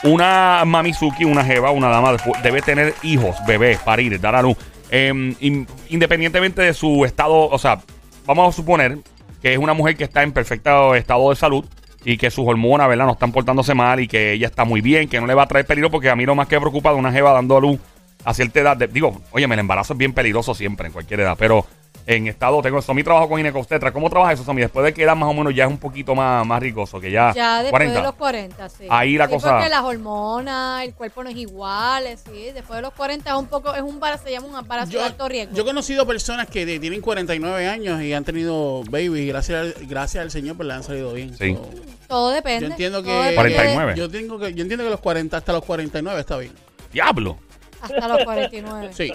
A: una mamizuki, una jeva, una dama de- debe tener hijos, bebés, parir, dar a luz? Eh, in- independientemente de su estado, o sea, vamos a suponer que es una mujer que está en perfecto estado de salud y que sus hormonas, ¿verdad?, no están portándose mal y que ella está muy bien, que no le va a traer peligro, porque a mí lo más que me preocupa de una jeva dando a luz a cierta edad, de- digo, oye, el embarazo es bien peligroso siempre, en cualquier edad, pero en estado, tengo eso, mi trabajo con ginecobstetra, ¿cómo trabaja eso, Somi? Después de que edad más o menos ya es un poquito más, más ricoso, que ya,
C: Ya después
A: 40.
C: de los 40, sí.
A: Ah, Ahí la
C: Sí,
A: cosa-
C: Porque las hormonas, el cuerpo no es igual, eh, sí. Después de los 40 es un poco, es un embarazo, se llama un embarazo de alto riesgo.
D: yo he conocido personas que de- tienen 49 años y han tenido babies y gracias, al- gracias al Señor pues le han salido bien.
A: Sí.
D: So,
C: todo depende.
D: yo entiendo que...
C: todo depende
A: 49.
D: Yo, tengo que yo entiendo que los 40 hasta los 49 está bien.
A: ¡Diablo!
C: de- hasta los 49.
D: Sí.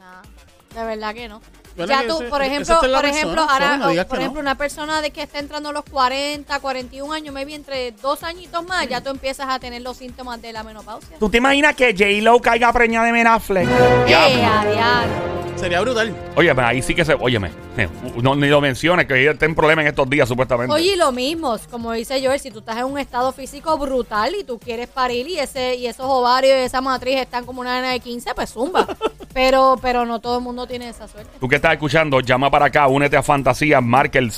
C: Nah, de verdad que no.
D: Bueno,
C: ya
D: que
C: tú,
D: ese-
C: por
D: esa
C: ejemplo,
D: es la
C: por ejemplo,
D: razón,
C: ahora,
D: Sol, no
C: o-
D: digas
C: por
D: que no.
C: ejemplo, una persona de que está entrando a los 40, 41 años, maybe entre dos añitos más, ya tú empiezas a tener los síntomas de la menopausia.
B: ¿Tú te imaginas que J-Lo caiga preñada de Ben Affleck?
C: Eh, a diablo.
D: Sería brutal.
A: Óyeme, ahí sí que se... Óyeme, eh, no, ni lo menciones, que ella está en problema en estos días, supuestamente.
C: Oye, y lo mismo, como dice Joel, si tú estás en un estado físico brutal y tú quieres parir y ese y esos ovarios y esa matriz están como una nena de 15, pues zumba. pero pero no todo el mundo tiene esa suerte.
A: Tú que estás escuchando, llama para acá, únete a Fantasía, marca el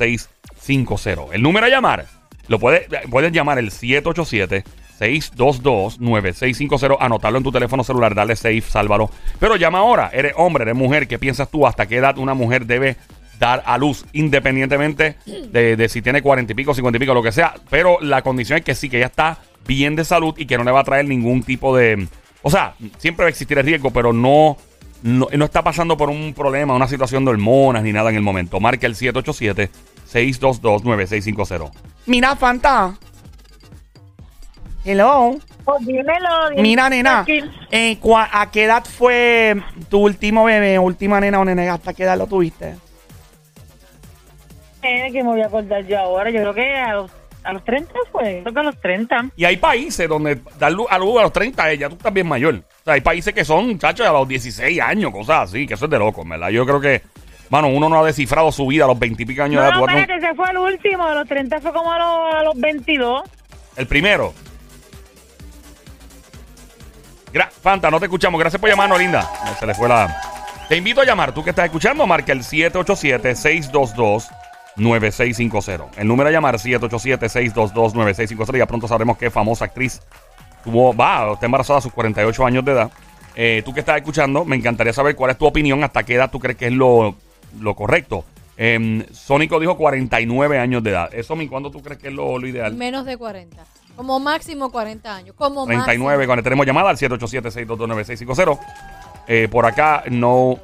A: 787-622-9650. El número a llamar, lo puede, pueden llamar el 787-622-9650, anotarlo en tu teléfono celular, dale safe, sálvalo. Pero llama ahora, eres hombre, eres mujer, ¿qué piensas tú? ¿Hasta qué edad una mujer debe dar a luz independientemente de, de si tiene cuarenta y pico, cincuenta y pico, lo que sea? Pero la condición es que sí, que ella está bien de salud y que no le va a traer ningún tipo de... O sea, siempre va a existir el riesgo, pero no, no, no está pasando por un problema, una situación de hormonas ni nada en el momento. Marca el 787-622-9650.
B: Mira, Fanta. Hello.
E: Pues dímelo. dime.
B: Mira, nena.
E: Tranquilo.
B: eh, cua- ¿A qué edad fue tu último bebé, última nena o nene? ¿Hasta qué edad lo tuviste?
E: Eh, que me voy a acordar yo ahora. Yo creo que a los, a los 30 fue. Creo que a los 30.
A: Y hay países donde dar luz a luz a los 30, eh, ya tú estás bien mayor. O sea, hay países que son, muchachos, a los 16 años, cosas así, que eso es de loco, en ¿verdad? Yo creo que, mano, uno no ha descifrado su vida a los 20 y pico años
E: No,
A: de edad.
E: no,
A: tú vas a-
E: espérate, ese fue el último. A los 30 fue como a los, a los 22.
A: El primero. Gra- Fanta, no te escuchamos. Gracias por llamarnos, linda. No, se le fue la. Te invito a llamar. Tú que estás escuchando, marca el 787-622-9650. El número a llamar 787-622-9650. Ya pronto sabremos qué famosa actriz tuvo, va, está embarazada a sus 48 años de edad. Eh, tú que estás escuchando, me encantaría saber cuál es tu opinión, hasta qué edad tú crees que es lo, lo correcto. Em, Sónico dijo 49 años de edad. Eso, mi, ¿cuándo tú crees que es lo, lo ideal?
C: Menos de 40. Como máximo 40 años. Como
A: 39,
C: máximo.
A: cuando tenemos llamada al 787-622-9650. Eh, por acá no.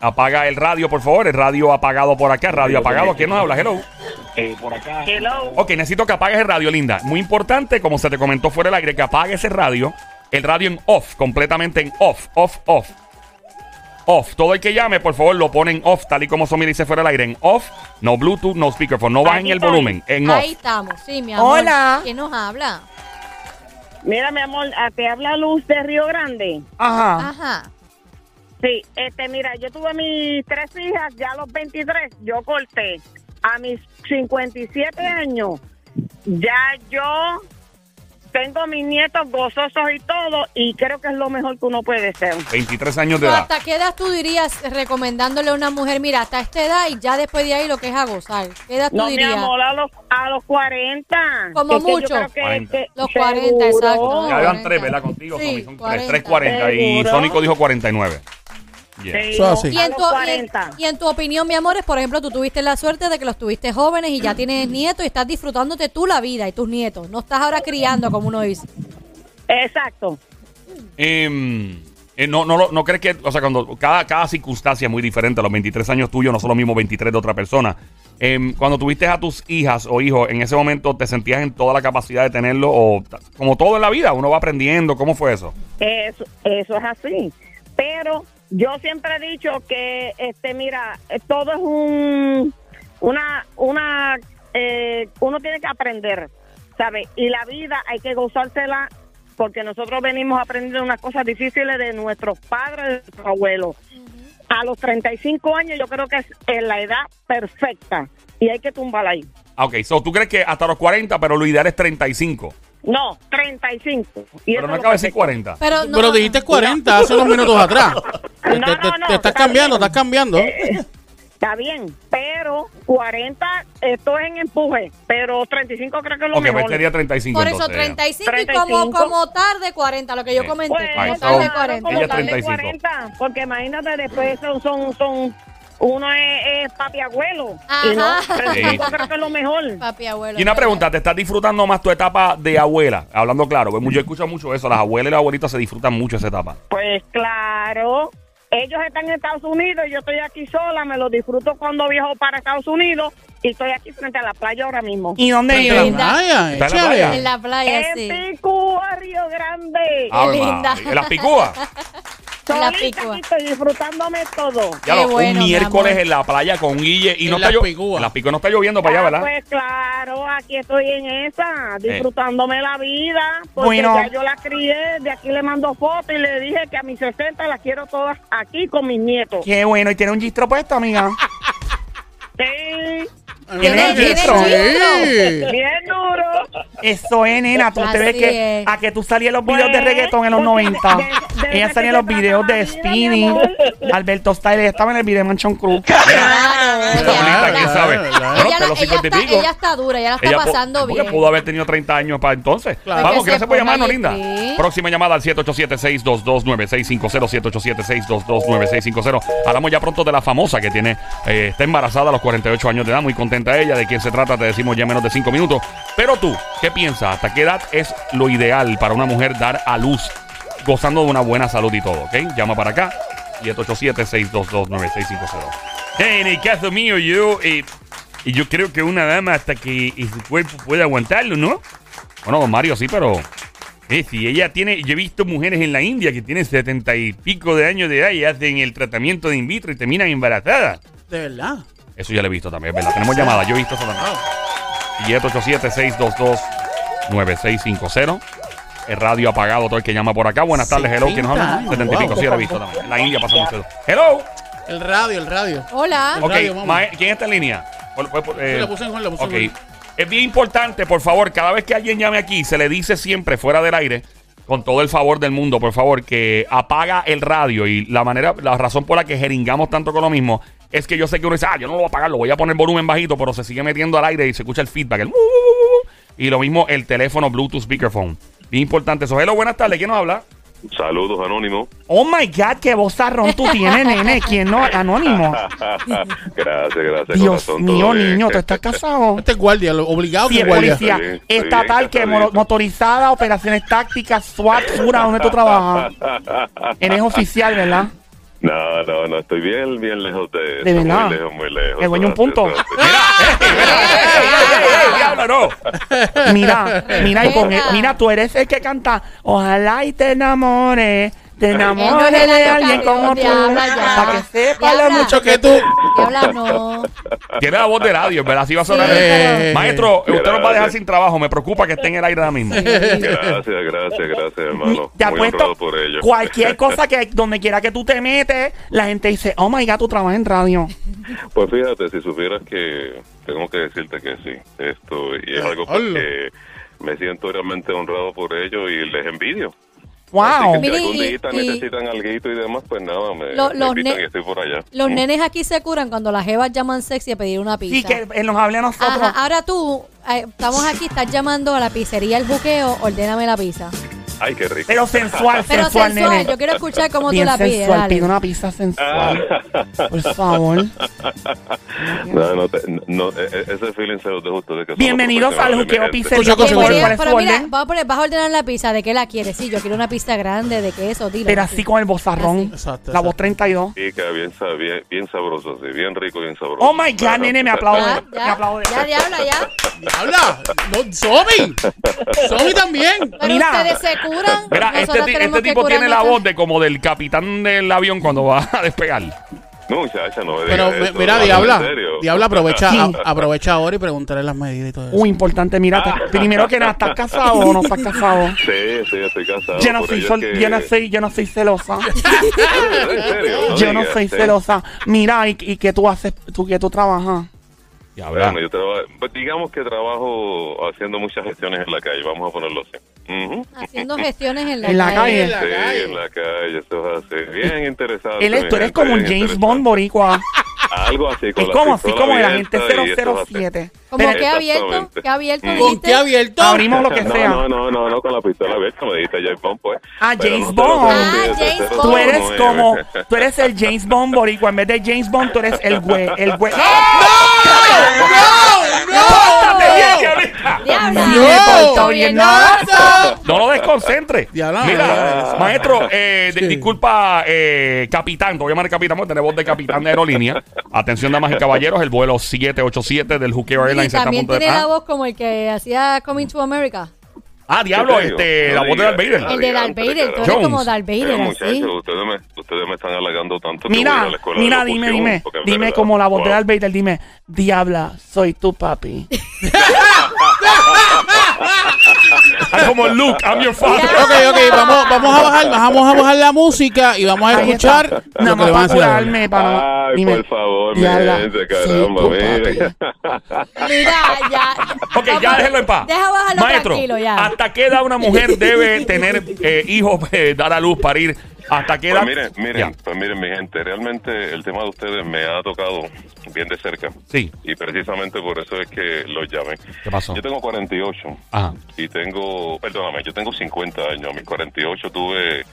A: Apaga el radio, por favor. El radio apagado por acá. Radio apagado. ¿Quién nos habla? Hello.
E: Ah. Hello.
A: Ok, necesito que apagues el radio, linda. Muy importante, como se te comentó fuera del aire, que apagues el radio. El radio en off, completamente en off, off, off. Off. Todo el que llame, por favor, lo pone en off, tal y como Somi dice fuera del aire. En off, no Bluetooth, no speakerphone. No bajen
E: Aquí
A: el
E: estoy.
A: volumen. En off.
C: Ahí estamos, sí, mi amor.
B: Hola.
C: ¿Quién nos habla?
E: Mira, mi amor, ¿a- te habla Luz de Río Grande.
A: Ah.
B: Ajá.
C: Ajá.
E: Sí, este, mira, yo tuve mis tres hijas ya a los 23, yo corté. A mis 57 años, ya yo tengo mis nietos gozosos y todo, y creo que es lo mejor que uno puede ser.
A: 23 años de
C: So,
A: edad.
C: ¿Hasta qué edad tú dirías recomendándole a una mujer, mira, hasta esta edad y ya después de ahí lo que es a gozar? ¿Qué edad
E: No,
C: tú
E: mi
C: dirías?
E: amor, a los, a los 40.
C: Como
E: Que es que yo
C: mucho.
E: creo que-
A: 40.
E: que-
C: Los 40,
E: seguro.
C: exacto.
A: Ya van
C: 40.
A: tres, ¿verdad? Contigo,
C: Sí,
A: Tommy. Son tres.
C: 40.
A: Tres 40. Y
E: Seguro.
A: Sónico dijo 49. Yeah.
E: Sí,
D: Eso así.
C: Y
E: a
C: en,
E: los
C: tu, y, en,
E: 40.
C: y en tu opinión, mi amor, es, por ejemplo, tú tuviste la suerte de que los tuviste jóvenes y
A: Mm.
C: ya tienes nietos y estás disfrutándote tú la vida y tus nietos. No estás ahora criando, como uno dice.
E: Exacto.
A: Em, eh, no, no, lo- no crees que, o sea, cuando cada, cada circunstancia es muy diferente, los 23 años tuyos no son los mismos 23 de otra persona. Em, cuando tuviste a tus hijas o hijos, ¿en ese momento te sentías en toda la capacidad de tenerlo? O ta- como todo en la vida, uno va aprendiendo, ¿cómo fue eso?
E: Eso, eso es así. Pero yo siempre he dicho que, este, mira, eh, todo es un, una, una, eh, uno tiene que aprender, ¿sabes? Y la vida hay que gozársela porque nosotros venimos aprendiendo unas cosas difíciles de nuestros padres, de nuestros abuelos. A los 35 años yo creo que es eh, la edad perfecta y hay que tumbarla ahí.
A: Ah, Ok, so tú crees que hasta los 40, pero lo ideal es 35.
E: No, 35. Y eso
A: Pero no
E: es lo
A: acaba de
E: que
A: decir
E: te-
A: 40.
C: Pero, no,
D: Pero
C: no,
D: dijiste
C: no.
D: 40 hace unos minutos atrás. Te, te-
E: No, no, no,
D: te estás
E: está
D: cambiando,
E: bien.
D: estás cambiando.
E: Está bien, pero 40, esto es en empuje, pero 35 creo que es lo
A: Ok, pues
E: mejor.
A: sería 35
C: Por eso
A: entonces, ya.
C: 35, y
E: 35.
C: como, como tarde 40, lo que yo
A: Sí.
C: comenté.
E: Pues,
A: Ahí
C: como
A: está.
C: tarde
E: claro,
C: 40.
E: como
A: Ella
E: tal de
A: 35.
E: 40, porque imagínate, después son, son, son uno es, es papi abuelo, y no,
C: Ajá.
E: 35
A: Sí.
E: creo que es lo mejor.
C: Papi, abuelo.
A: Y una pregunta, ¿te estás disfrutando más tu etapa de abuela? Hablando claro, pues, yo escucho mucho eso, las abuelas y los abuelitos se disfrutan mucho esa etapa.
E: Pues claro, ellos están en Estados Unidos, yo estoy aquí sola, me lo disfruto cuando viajo para Estados Unidos y estoy aquí frente a la playa ahora mismo.
B: ¿Y dónde
D: Frente a
B: viven?
D: la
A: Está
D: playa, eh,
A: en la playa.
D: chévere.
C: En la playa,
E: en
C: sí.
E: Picúa, Río Grande,
A: Ave
C: linda.
A: María. ¿En las picúas?
C: la
E: solita
C: Picúa.
E: aquí estoy disfrutándome todo.
A: Ya
C: Qué
A: lo-
C: bueno,
A: un
C: mi
A: miércoles
C: amor.
A: en la playa con Guille y
D: En
A: no
D: las
A: está lloviendo.
D: picúas.
A: En las picúas no está lloviendo para allá,
E: Ah,
A: ¿verdad?
E: Pues claro, aquí estoy en esa, disfrutándome la vida, porque
B: Bueno.
E: ya yo la crié, de aquí le mando fotos y le dije que a mis 60 las quiero todas aquí con mis nietos.
B: Qué bueno, y tiene un gistro puesto, amiga.
E: Sí,
B: Tiene
C: tiene
B: gistro.
D: Sí.
E: bien duro.
B: Eso es, nena. Tú te
C: Así
B: ves que
C: es.
B: a que tú salías en los videos de
E: Pues,
B: reggaetón en los
E: porque de-
B: 90.
E: de- de
B: Ella
E: eso
B: salía en
E: se
B: los
E: trata
B: videos
E: la
B: de
E: vida,
B: Speedy,
E: mi amor.
B: Alberto Style. Ella estaba en el video de Manchon Cruz.
C: Claro,
A: Esta
C: ella-
A: bonita,
D: claro,
A: ¿quién sabe?
D: claro.
A: Bueno,
C: Ella,
A: hasta los
C: ella
A: cincuenta y
C: está,
A: pico.
C: ella está dura, ella la está
A: Ella po-
C: pasando
A: porque
C: bien.
A: pudo haber tenido 30 años para entonces.
D: Claro.
A: Vamos,
C: Porque
A: que gracias por
C: se
A: llamarnos,
C: ponga
A: linda.
C: bien.
A: Próxima llamada al 787-622-9650. 787-622-9650. Hablamos ya pronto de la famosa que tiene, eh, está embarazada a los 48 años de edad. Muy contenta ella. De quién se trata, te decimos ya en menos de 5 minutos. Pero tú, ¿qué piensas? ¿Hasta qué edad es lo ideal para una mujer dar a luz? Gozando de una buena salud y todo, ¿ok? Llama para acá. 787-622-9650. Hey, en el caso mío, yo. eh, y yo creo que una dama hasta que y su cuerpo pueda aguantarlo, ¿no? Bueno, don Mario, sí, pero... eh, si ella tiene... Yo he visto mujeres en la India que tienen setenta y pico de años de edad y hacen el tratamiento de in vitro y terminan embarazadas.
D: De verdad.
A: Eso ya lo he visto también, es ¿verdad? Tenemos llamada, yo he visto eso también. 787-622-9650. El radio apagado, todo el que llama por acá. Buenas tardes, hello, ¿quién nos habla?
D: 70,
A: 75,
D: wow.
A: sí, lo he visto también. En la India pasa mucho eso. Hello.
D: El radio, el radio.
C: Hola.
A: Ok,
D: radio, vamos.
A: mae- ¿quién está en línea? Por- por- por- eh,
D: la puse en Juan, la puse en
A: ok.
D: Juan.
A: Es bien importante, por favor, cada vez que alguien llame aquí, se le dice siempre fuera del aire, con todo el favor del mundo, por favor, que apaga el radio. Y la manera, la razón por la que jeringamos tanto con lo mismo es que yo sé que uno dice, ah, yo no lo voy a apagar, lo voy a poner volumen bajito, pero se sigue metiendo al aire y se escucha el feedback. el y lo mismo el teléfono Bluetooth speakerphone. Bien importante eso. Hello, buenas tardes. ¿Quién nos habla?
F: Saludos, Anónimo.
B: Oh my God, qué vozarrón tú tienes, nene. ¿Quién no? Anónimo.
F: gracias, gracias.
B: Dios
F: corazón, todo
B: mío,
F: bien.
B: niño, tú estás casado.
D: Este es guardia, lo- obligado
B: Si
D: que
B: es
D: es guardia.
B: policía
F: Está bien, está bien,
B: estatal que
F: casadito.
B: mo- motorizada, operaciones tácticas, SWAT, pura, ¿dónde tú trabajas? Eres oficial, ¿verdad?
F: No, no, no, estoy bien, bien lejos de eso.
B: De verdad.
F: Muy lejos, muy lejos.
B: Me duele un punto.
A: Diablo, no.
B: Mira, mira, y con
C: Mira.
B: mira, tú eres el que canta. Ojalá y te enamores. Te
C: Él no
B: enamores
C: es el
B: de
C: año
B: alguien
C: campeón,
B: como tú.
C: diabla, ya.
B: Para que sepa lo
C: Diabla.
B: mucho.
D: Mucho que tú.
C: Diabla, no.
A: Tiene la voz de radio, ¿verdad? Así va a sonar.
C: Sí.
D: Eh,
A: Maestro, usted nos va a dejar
F: Gracias.
A: sin trabajo. Me preocupa que esté en el aire ahora mismo.
F: Gracias, gracias, gracias, hermano.
B: Te
F: muy honrado
B: apuesto
F: por ello.
B: cualquier cosa que donde quiera que tú te metes, la gente dice, oh my god, tú trabajas en radio.
F: Pues fíjate, si supieras que tengo que decirte que sí, esto y es algo pues
D: Hola.
F: que me siento realmente honrado por ello y les envidio.
B: Wow.
F: Así que si
C: Mira,
F: algún
C: y-
F: día
C: y-
F: necesitan algo y demás, pues nada, me,
C: Lo-
F: me
C: los
F: invitan
C: ne-
F: y estoy por allá.
C: Los
F: Mm.
C: nenes aquí se curan cuando las jevas llaman sexy a pedir una pizza.
B: Y que eh, nos hable a nosotros.
C: ah. Ajá, ahora tú, eh, estamos aquí, estás llamando a la pizzería El Buqueo, ordéname la pizza.
F: Ay, qué rico.
B: Pero sensual,
C: Pero
B: sensual,
C: sensual,
B: nene.
C: yo quiero escuchar cómo
B: Bien
C: tú la pides.
B: sensual,
C: dale.
B: pido una pizza
F: Ah,
B: sensual. Por favor.
F: No, no, te, no, e- e- ese feeling se los dejo a ustedes. Que
B: Bienvenidos al juqueo
F: pizza.
B: pizzería.
D: Escucha,
B: Por
D: cosa,
B: favor,
D: escucha.
B: ¿cuál es
C: pero
B: su
C: mira,
B: orden?
C: vas a, poner- vas a ordenar la pizza, ¿de qué la quieres? Sí, yo quiero una pizza grande, ¿de queso? Dilo.
B: Pero así con el bozarrón.
C: Así.
D: Exacto,
B: La
D: exacto.
B: voz 32.
F: bien, sa- bien, bien sabroso, así, bien rico, bien sabroso.
B: Oh my God, nene, me aplaudo.
C: Ah,
B: Me
C: ya,
B: aplaude.
C: ya, diabla, ya.
D: ¡Habla! ¡No, Somi! ¡Somi también!
C: Pero
B: Mira.
C: ustedes se curan.
A: Mira, este,
C: Nosotros
A: ti-
C: tenemos
A: este
C: que
A: tipo tiene la
C: curarnos.
A: voz de como del capitán del avión cuando va a despegar.
F: No, muchacha, no me
D: Pero
F: digas
D: mi-
F: eso,
D: mira,
F: hermano,
D: Diabla,
F: en serio.
D: Diabla aprovecha,
B: Sí.
D: a- aprovecha ahora y preguntarle las medidas y todo eso.
B: Muy Uh, importante, mira,
F: Ah.
B: te- primero que nada, ¿estás casado o no estás casado?
F: Sí, sí, estoy casado.
B: Yo no,
F: por
B: soy,
F: ello
B: sol-
F: que-
B: yo no soy, yo no soy celosa.
F: ¿En serio?
B: yo no
F: digas,
B: soy
F: sí.
B: celosa. Mira, y, y que tú haces, tú que tú trabajas.
A: Ya
F: Bueno, yo trabajo, pues digamos que trabajo haciendo muchas gestiones en la calle, vamos a ponerlo así. Ujú.
C: Haciendo gestiones en la,
B: En la calle.
F: Sí, en la calle, eso es así. Bien interesante.
B: Él es, tú
F: mi
B: eres
F: gente,
B: como un
F: bien
B: James
F: interesante.
B: Bond boricua.
F: Algo así, con
B: Es
F: la
B: como así
F: pistola
B: como el agente
F: abierta y eso es así.
B: 007.
C: Como
B: Pero
C: que abierto,
F: Exactamente.
C: que abierto.
F: Mm.
D: ¿Con
C: dijiste?
D: qué abierto?
B: abrimos lo que
F: no,
B: sea.
F: No, no, no, no, con la pistola abierta me dijiste James Bond, pues.
B: Ah,
F: Pero
B: James
F: no te lo
B: Bond.
F: sé,
C: Ah,
F: sí,
C: James
F: te lo
B: Tú
C: Bond.
B: eres
F: sé,
B: como,
F: no, eh.
B: tú eres el James Bond boricua. En vez de James Bond, tú eres el güey, el güey.
D: ¡No!
B: ¡Pórtate bien,
D: ¡No!
A: Diablita!
C: Diabla.
B: No me porto bien, nada.
D: ¡Basta!
A: No lo desconcentre.
D: Diabla,
A: Mira,
D: diabla.
A: maestro, eh, de-
D: Sí.
A: disculpa, eh, capitán, te voy a llamar capitán porque tenemos voz de capitán de aerolínea. Atención, damas y caballeros, el vuelo 787 del Juqueo
C: Y
A: Airlines está a
C: también
A: punto de...
C: tiene la
A: Ah.
C: voz como el que hacía Coming to America.
A: Ah, diablo,
F: ¿En serio?
A: este, la
F: No
A: voz de Darth Vader.
C: El
F: digas,
C: de Darth
F: adiante,
C: Vader,
F: carajo.
C: tú eres como
A: Jones.
C: Darth Vader,
F: Eh,
C: así.
F: muchachos, ustedes me, ustedes me están halagando tanto que voy a
B: Mira,
F: ir a la escuela de
B: mira, dime,
F: locución,
B: dime,
F: porque en
B: dime
F: verdad,
B: como la voz de
F: wow.
B: Darth Vader, dime, diabla, soy tu papi.
A: Ah, como Luke, I'm your father.
D: Ok, ok, vamos, vamos a bajar, vamos a bajar la música y vamos a
B: Ahí está.
D: escuchar
B: Nada
D: lo que
B: más para
D: le van a decir. a Diabla.
B: curarme, para.
F: Ay, por favor, mi
B: diabla,
F: gente,
B: soy
F: caramba,
B: tu
F: mira.
C: Mira, ya.
A: Ok, ya
C: Vamos,
A: déjenlo en paz.
C: Deja bajarlo
A: Maestro, ah,
C: tranquilo ya.
A: ¿hasta qué edad una mujer debe tener eh, hijos, eh, dar a luz, parir? ¿Hasta qué edad?
F: Pues miren, miren,
A: Ya,
F: pues miren, mi gente, realmente el tema de ustedes me ha tocado bien de cerca.
A: Sí.
F: Y precisamente por eso es que los llamé.
A: ¿Qué pasó?
F: Yo tengo 48
A: Ajá.
F: y tengo, perdóname, yo tengo 50 años. A mis 48 tuve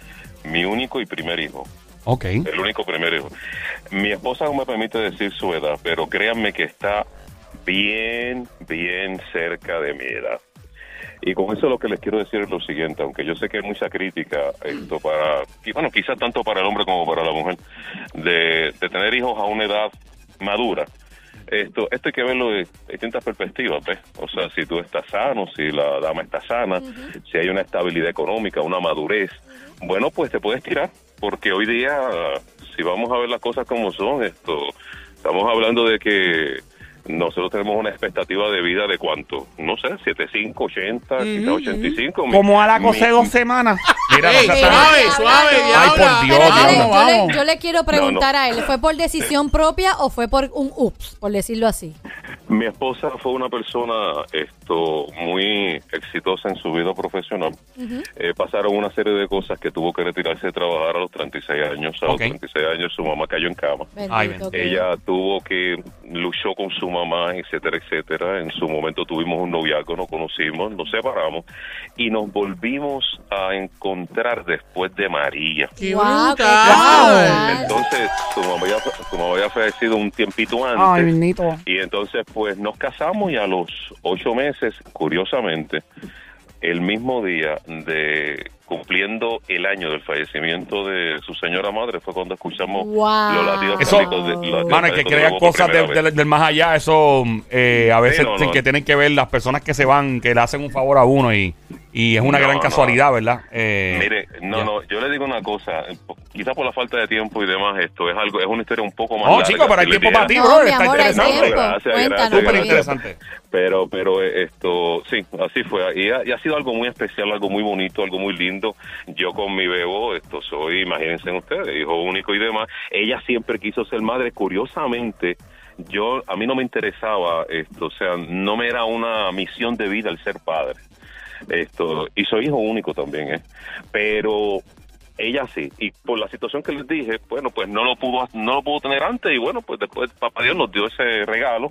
F: mi único y primer hijo.
A: Ok.
F: El único primer hijo. Mi esposa no me permite decir su edad, pero créanme que está bien, bien cerca de mi edad. Y con eso lo que les quiero decir es lo siguiente, aunque yo sé que hay mucha crítica, esto para, y bueno, quizás tanto para el hombre como para la mujer, de, de tener hijos a una edad madura. Esto, esto hay que verlo de distintas perspectivas, ¿ves? O sea, si tú estás sano, si la dama está sana, si hay una estabilidad económica, una madurez, bueno, pues te puedes tirar, porque hoy día, si vamos a ver las cosas como son, esto, estamos hablando de que nosotros tenemos una expectativa de vida de cuánto, no sé, 75, 80, quizás 85. Mi-
B: Como a la
F: mi-
B: cose dos semanas.
A: Mira,
D: Ey,
A: no seas tan-
C: suave,
D: suave,
A: Ay,
D: Diabla.
A: por Dios,
C: Pero yo le-
A: Diabla.
D: Vamos,
C: yo, le,
D: vamos.
C: yo le quiero preguntar a él, ¿fue por decisión propia o fue por un ups, por decirlo así?
F: Mi esposa fue una persona esto muy exitosa en su vida profesional. Eh, pasaron una serie de cosas que tuvo que retirarse de trabajar a los 36 años. A
A: Ok.
F: los 36 años su mamá cayó en cama.
A: Ay, bendito.
C: Bendito, que-
F: Ella tuvo que luchó con su mamá, etcétera, etcétera. En su momento tuvimos un noviazgo, nos conocimos, nos separamos y nos volvimos a encontrar después de María.
D: ¡Qué
C: Guau,
D: brutal!
C: qué
F: Entonces, su mamá ya, su mamá ya fallecido un tiempito antes.
B: Ay, bendito.
F: Y entonces, pues nos casamos y a los ocho meses, curiosamente, el mismo día de cumpliendo el año del fallecimiento de su señora madre, fue cuando escuchamos
C: Wow.
F: los latidos
A: Eso-
F: cardíacos de- los latidos
A: Mano, es que
F: cardíacos de
A: crean
F: Bobo por
A: cosas de-
F: primera
A: de-
F: vez.
A: del más allá, eso eh, a veces
F: no, no.
A: que tienen que ver las personas que se van, que le hacen un favor a uno y, y es una
F: No,
A: gran
F: no.
A: casualidad, ¿verdad? Eh,
F: Mire, no,
A: ya.
F: no, yo le digo una cosa, eh, po- quizá por la falta de tiempo y demás, esto es algo, es una historia un poco más
A: No,
F: larga.
A: chicos, pero hay
F: que le
A: tiempo
F: diera.
A: para ti,
C: No,
A: brother.
C: mi
A: Está
C: amor, hay
A: interesante.
C: tiempo. Cuéntanos.
A: Súper interesante.
F: Pero, pero eh, esto, sí, así fue. Y ha, y ha sido algo muy especial, algo muy bonito, algo muy lindo. Yo con mi bebo, esto soy, imagínense ustedes, hijo único y demás. Ella siempre quiso ser madre, curiosamente. Yo, a mí no me interesaba esto, o sea, no me era una misión de vida el ser padre. Esto, y soy hijo único también, ¿eh? Pero ella sí, y por la situación que les dije, bueno, pues no lo pudo no lo pudo tener antes y bueno, pues después papá Dios nos dio ese regalo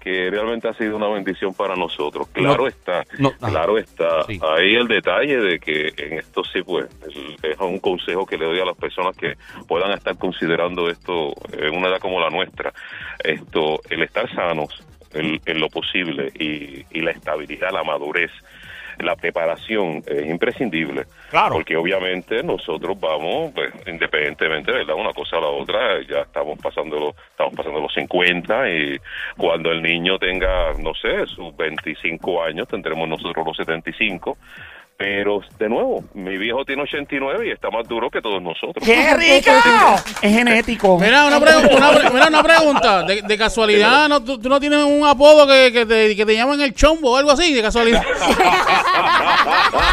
F: que realmente ha sido una bendición para nosotros. Claro
A: No,
F: está,
A: no, ajá.
F: claro está.
A: Sí.
F: Ahí el detalle de que en esto sí, pues, es- es un consejo que le doy a las personas que puedan estar considerando esto en una edad como la nuestra. Esto, el estar sanos en, en lo posible y, y la estabilidad, la madurez, la preparación es imprescindible.
A: Claro.
F: Porque obviamente nosotros vamos, pues, independientemente, ¿verdad? Una cosa a la otra, ya estamos pasando los, estamos pasando los 50 y cuando el niño tenga, no sé, sus 25 años, tendremos nosotros los 75. Pero, de nuevo, mi viejo tiene 89 y está más duro que todos nosotros.
B: ¡Qué rico! es genético.
D: Mira, una, pregu- una pre- mira, una pregunta. De, de casualidad, ¿no, tú, tú no tienes un apodo que, que te, que te llaman el chombo o algo así? De casualidad.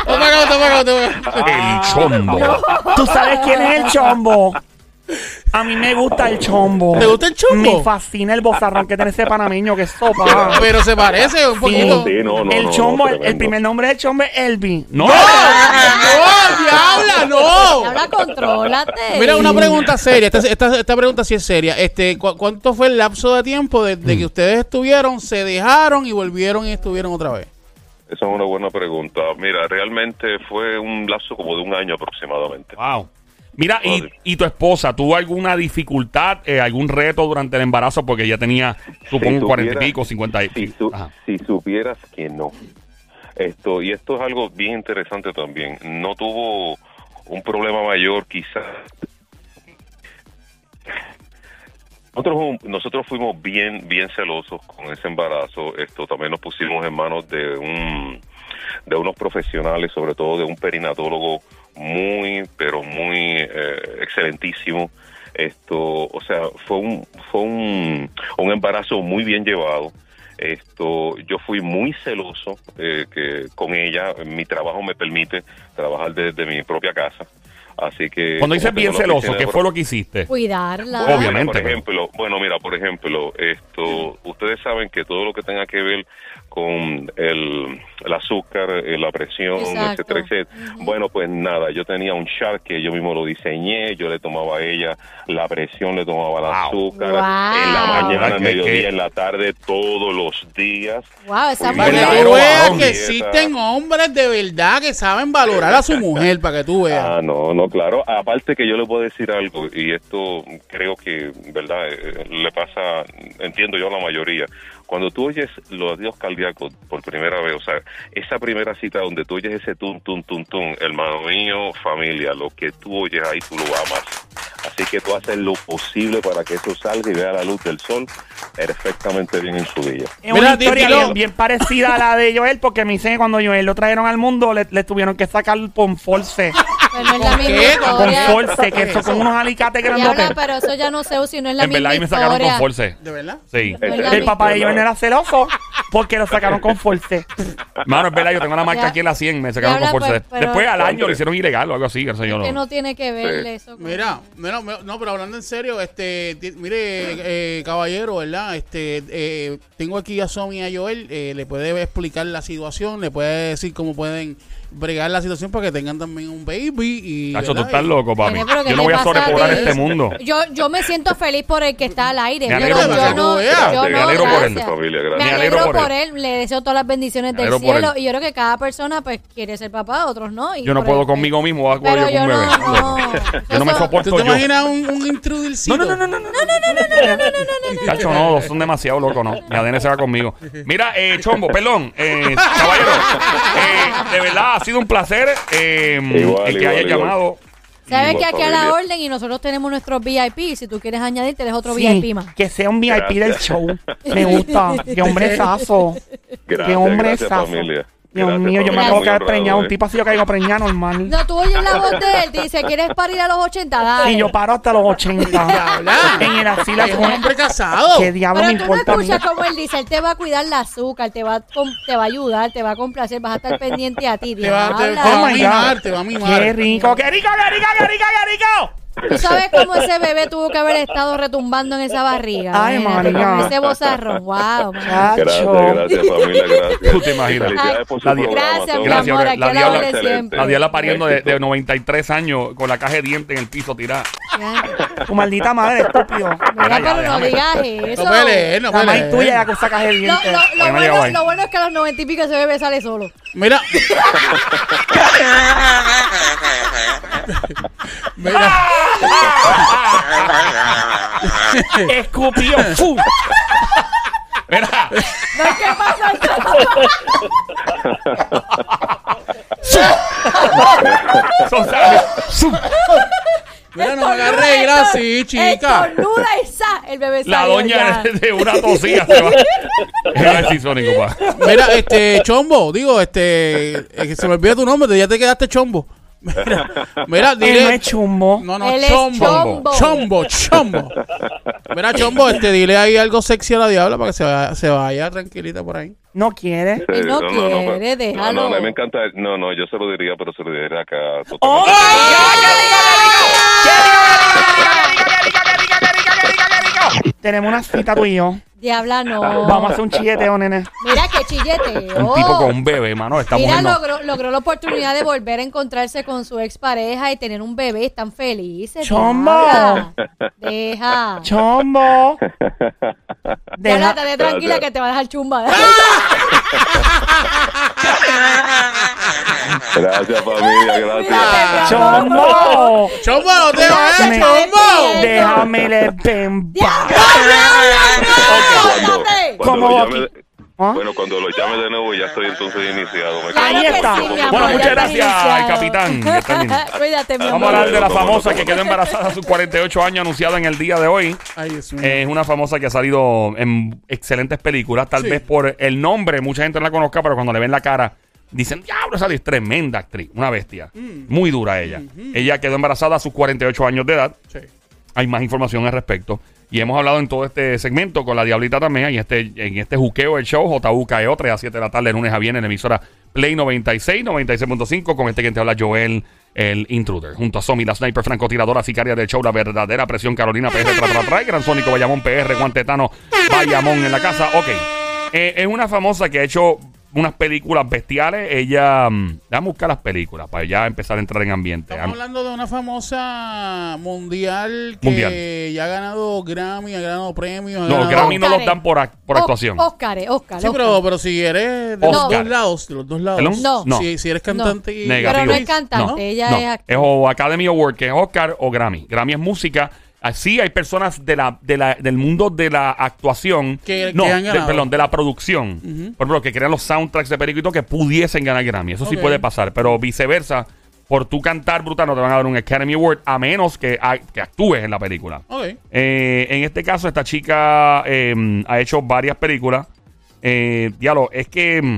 D: Te pego, te pego, te pego.
F: Ah.
A: El chombo.
B: ¿Tú sabes quién es el chombo? A mí me gusta el chombo.
D: ¿Te gusta el chombo?
B: Me fascina el bozarrón que tiene ese panameño que es sopa.
D: Pero se parece un poquito.
F: Sí, no, no,
B: el
F: no,
B: chombo,
F: no,
B: el- el,
F: tremendo.
B: primer nombre del chombo es Elvin.
A: No. ¡Oh,
D: ¡No, ¡Oh, diabla, no!
C: Ahora contrólate.
D: Mira, una pregunta seria. Esta, esta, esta pregunta sí es seria. Este, ¿cu- ¿Cuánto fue el lapso de tiempo
F: Mm.
D: desde que ustedes estuvieron, se dejaron y volvieron y estuvieron otra vez?
F: Esa es una buena pregunta. Mira, realmente fue un lapso como de un año aproximadamente.
A: Wow. Mira, y,
F: Vale.
A: y tu esposa tuvo alguna dificultad, eh, algún reto durante el embarazo? Porque ella tenía, supongo, cuarenta y
F: supieras-
A: pico, cincuenta y
F: si, su-
A: Ajá.
F: si supieras que no. Esto, y esto es algo bien interesante también. No tuvo un problema mayor, quizás. Nosotros, nosotros fuimos bien, bien celosos con ese embarazo. Esto también nos pusimos en manos de un, de unos profesionales, sobre todo de un perinatólogo muy, pero muy eh, excelentísimo. Esto, o sea, fue un, fue un, un embarazo muy bien llevado. Esto, yo fui muy celoso eh, que con ella. Mi trabajo me permite trabajar desde mi propia casa. Así que
A: Cuando dices
F: como
A: bien
F: tengo la
A: celoso,
F: oficina
A: ¿qué
F: de-
A: fue lo que hiciste?
C: Pues Cuidarla.
A: Obvio.
F: Mira,
A: Obviamente,
F: por
A: pero-
F: ejemplo, bueno, mira, por ejemplo, esto, ustedes saben que todo lo que tenga que ver con el, el azúcar, eh, la presión,
C: Exacto.
F: etcétera, etcétera. Bueno, pues nada, yo tenía un chart que yo mismo lo diseñé, yo le tomaba a ella la presión, le tomaba el
A: Wow.
F: azúcar
C: Wow.
F: en la mañana, al
A: Que-
F: mediodía,
A: que-
F: en la tarde, todos los días.
C: Wow, esa
F: Fui
D: Para
C: mujer.
D: que tú
A: Verdadero
D: veas
A: varón.
D: que existen hombres de verdad que saben valorar a su mujer, para que tú veas.
F: Ah, no, no, claro. Aparte que yo le puedo decir algo, y esto creo que, ¿verdad? Eh, Le pasa, entiendo yo, a la mayoría. Cuando tú oyes los adiós cardíacos por primera vez, o sea, esa primera cita donde tú oyes ese tum, tum, tum, tum, hermano mío, familia, lo que tú oyes ahí, tú lo amas. Así que tú haces lo posible para que eso salga y vea la luz del sol perfectamente bien en su día.
B: Es una
D: Mira,
B: historia
D: dímelo.
B: bien, bien parecida a la de Joel, porque me dicen que cuando Joel lo trajeron al mundo, le, le tuvieron que sacar con force.
C: Pero no es la
D: ¿Con
C: misma
D: qué? ¿Con
B: Con
C: historia.
B: force, que eso con unos alicates
C: Diabla,
B: grandotes.
C: pero eso ya no se usa y no es la
A: en
C: misma
A: verdad, ahí me
C: historia.
A: sacaron con force.
D: ¿De verdad?
A: Sí.
C: No es la
B: El
C: misma.
B: papá de Joel no era celoso porque lo sacaron con force.
A: Mano, es verdad, yo tengo una marca
C: Ya.
A: aquí en la 100, me sacaron
C: Ya
A: con
C: habla,
A: force.
C: pero- pero-
A: Después al año lo
F: Hombre.
A: hicieron ilegal o algo así, no sé yo
C: Que
A: no.
C: no tiene que ver eso. con-
D: Mira, mira, mira, no, pero hablando en serio, este, ti- mire, eh, caballero, ¿verdad? Este, eh, tengo aquí a Somi y a Joel, eh, le puede explicar la situación, le puede decir cómo pueden bregar la situación para que tengan también un baby y...
A: Nacho, tú
D: ¿verdad? Eh,
A: estás loco, papi.
C: Nene, pero ¿qué
A: Yo no
C: te
A: voy a
C: pasa a
A: sobrepoblar
C: ti?
A: este mundo.
C: Yo, yo me siento feliz por el que está al aire.
A: Me
C: Yo
A: alegro
C: no-
A: por
C: yo
A: él.
C: no- yo
D: Gracias,
C: no,
F: me alegro por él,
C: gracias.
F: familia, gracias.
C: Me
A: Me
C: alegro por,
A: alegro por
C: él. Le deseo todas las bendiciones
A: Me
C: del
A: alegro por
C: cielo.
A: él.
C: Y yo creo que cada persona pues quiere ser papá, otros no. y
A: Yo no
C: por
A: puedo
C: el-
A: conmigo mismo, voy a
C: Pero
A: coger yo
C: yo
A: con un
C: no,
A: bebé.
C: no.
A: Yo no me
C: Eso-
A: soporto
D: ¿Tú te
A: yo.
D: imaginas un, un intrudercito?
A: No, no, no, no, no, no, no, Cacho, no, dos son demasiado locos, no. Mi ADN se va conmigo. Mira, eh, Chombo, perdón, eh, caballero, eh, de verdad ha sido un placer eh,
F: Igual,
A: eh, que
F: igual,
A: haya
F: igual.
A: llamado.
C: Sabes que
F: Igual,
C: aquí a
F: familia.
C: la orden y nosotros tenemos nuestros VIP. Si tú quieres añadir, tenés otro
B: Sí,
C: VIP más.
B: que sea un VIP del
F: Gracias.
B: show. Me gusta. Qué hombrezazo. Qué
F: Gracias, gracias,
B: hombrezazo.
F: familia.
B: Dios
F: Gracias,
B: mío, yo me
F: familia,
B: acabo
F: muy
B: de caer
F: honrado,
B: preñado.
F: eh.
B: Un tipo así yo caigo preñado normal.
C: No, tú oyes la voz de él. Te dice, ¿quieres parir a los 80? Dale.
B: Y yo paro hasta los 80.
D: Habla.
B: en el asilo
D: Es un
B: con
D: hombre casado.
B: ¿Qué diablo me
C: Pero tú no
B: importa a mí?
C: escuchas como él dice, él te va a cuidar el azúcar, te va a, com- te va a ayudar, te va a complacer, vas a estar pendiente a ti.
D: Te va- te-
C: diabla.
D: te va a
B: my
D: mimar,
B: God.
D: te va a mimar.
B: Qué rico, qué rico, qué rico, qué rico, qué rico.
C: ¿Tú sabes cómo ese bebé tuvo que haber estado retumbando en esa barriga?
B: Ay,
C: Imagínate,
B: María.
C: Con ese bozarro. Wow. man.
F: Gracias,
B: Chacho.
F: gracias familia, gracias.
A: Tú te imaginas.
F: Felicidades por su
A: Ay,
F: programa,
C: gracias,
F: Tom.
A: mi Gracias, amor, aquí la a la hora de
F: Excelente.
C: siempre.
A: La diabla pariendo de, de
F: Éxito.
A: 93 años con la caja de dientes en el piso tirada.
C: Ya.
B: Tu maldita madre, estúpido.
A: Mira,
C: Mira,
A: ya,
C: pero no
A: déjame.
C: digas eso.
D: No puede leer, no
B: La
D: puede
B: maíz
D: leer.
B: tuya ya que sacas el
C: Lo,
B: diente.
C: lo- lo
A: Oye, María,
C: bueno,
A: guay.
C: lo bueno es que a los noventa y pico ese bebé sale solo.
D: Mira. Mira.
B: Escupió. ¡fu!
A: Mira,
C: No es que pasa
A: son sabios. Su-
D: Mira, no me agarre ira así, chica.
C: Estornuda y sa, el bebé sale.
A: La doña
C: ya.
A: de, de una tosía se va. Era el sisónico, pa.
D: Mira, este, Chombo, digo, este, eh, que se me olvida tu nombre, te- ya te quedaste Chombo. Mira, mira,
B: Él no es
D: dile.
B: chumbo.
D: No, no,
C: Él es
D: Chombo.
C: Chombo.
D: Chombo, Chombo. Mira, Chombo, este, dile ahí algo sexy a la diabla para que se vaya, se vaya tranquilita por ahí.
B: No quiere.
C: Y no quiere,
F: pero-
C: déjalo.
F: No, no, a mí me encanta. No, no, yo se lo diría, pero se lo diría acá. totalmente.
B: ¡Oh! Tenemos una cita tú y yo.
C: Diabla no.
B: Vamos a hacer un chilleteo, nene.
C: Mira qué chilleteo.
A: Un tipo con un bebé, mano. Esta
C: Oh. Mira,
A: mujer no.
C: logró, logró la oportunidad de volver a encontrarse con su expareja y tener un bebé. Están felices.
B: Chombo.
C: diabla. Deja.
B: Chombo.
C: Diabla,
B: Deja.
C: estate tranquila que te va a dejar chumba.
A: Ah,
F: Gracias, familia, gracias.
C: Mírate,
B: Chombo.
D: Chombo, no te vayas,
B: Me-
D: Chombo.
B: Déjame le bemba.
C: ¡Diabla, diabla,
F: Cuando,
C: diabla!
F: cuando
B: ¿Cómo
F: lo
B: va
F: llame,
B: aquí? ¿Ah?
F: Bueno, cuando lo llame de nuevo, ya estoy entonces iniciado. Me
C: Claro
B: Ahí
C: que
B: está.
C: sí, mi
F: Bueno,
C: amor,
A: muchas
C: ya está
A: gracias al capitán, que está bien.
C: Cuídate, mi
A: Vamos a hablar
C: amor.
A: de la famosa que quedó embarazada a sus 48 años, anunciada en el día de hoy.
D: Ay, Dios mío.
A: Es una famosa que ha salido en excelentes películas, tal
D: Sí.
A: vez por el nombre, mucha gente no la conozca, pero cuando le ven la cara, dicen, diablo, esa es tremenda actriz, una bestia,
C: Mm.
A: muy dura ella.
C: Mm-hmm.
A: Ella quedó embarazada a sus 48 años de edad,
D: Sí.
A: hay más información al respecto. Y hemos hablado en todo este segmento con la Diablita también, y este, en este juqueo del show, JUKEO, 3 E a 7 de la tarde, lunes a viernes, en la emisora Play 96, 96.5, con este que te habla Joel, el intruder. Junto a Somi, la sniper francotiradora sicaria del show, la verdadera presión Carolina PR, tra, tra, tra, y Gran Sónico, Bayamón PR, Guantetano, Bayamón en la casa. Ok, Eh, es una famosa que ha hecho unas películas bestiales. Ella, mm, déjame buscar las películas para ya empezar a entrar en ambiente.
D: Estamos hablando de una famosa mundial que
A: Mundial.
D: ya ha ganado Grammy, ha ganado premios. ha
A: No,
D: ganado-
A: Grammy no los
C: Óscares.
A: dan por, ac- por
C: Ó-
A: actuación.
C: Óscar, eh, Óscar.
D: Sí,
C: Óscar.
D: pero, pero si eres de los
A: Oscar.
D: dos lados, de los dos lados.
A: ¿Perdón?
C: No.
A: No.
D: Si, si eres cantante y...
A: Negativo.
C: Pero no es cantante,
A: No,
C: ella
A: no.
C: es actriz.
A: o Academy Award, que es Oscar, o Grammy. Grammy es música. Así hay personas de la, de la, del mundo de la actuación.
D: Que-
A: no,
D: que han
A: de-
D: ganado.
A: perdón, de la producción. Por ejemplo, que crean los soundtracks de periquito que pudiesen ganar Grammy. Eso
D: Ok.
A: sí puede pasar. Pero viceversa, por tú cantar brutal no te van a dar un Academy Award a menos que, a- que actúes en la película.
D: Ok.
A: Eh, en este caso, esta chica eh, ha hecho varias películas. Eh, diablo, es que mm,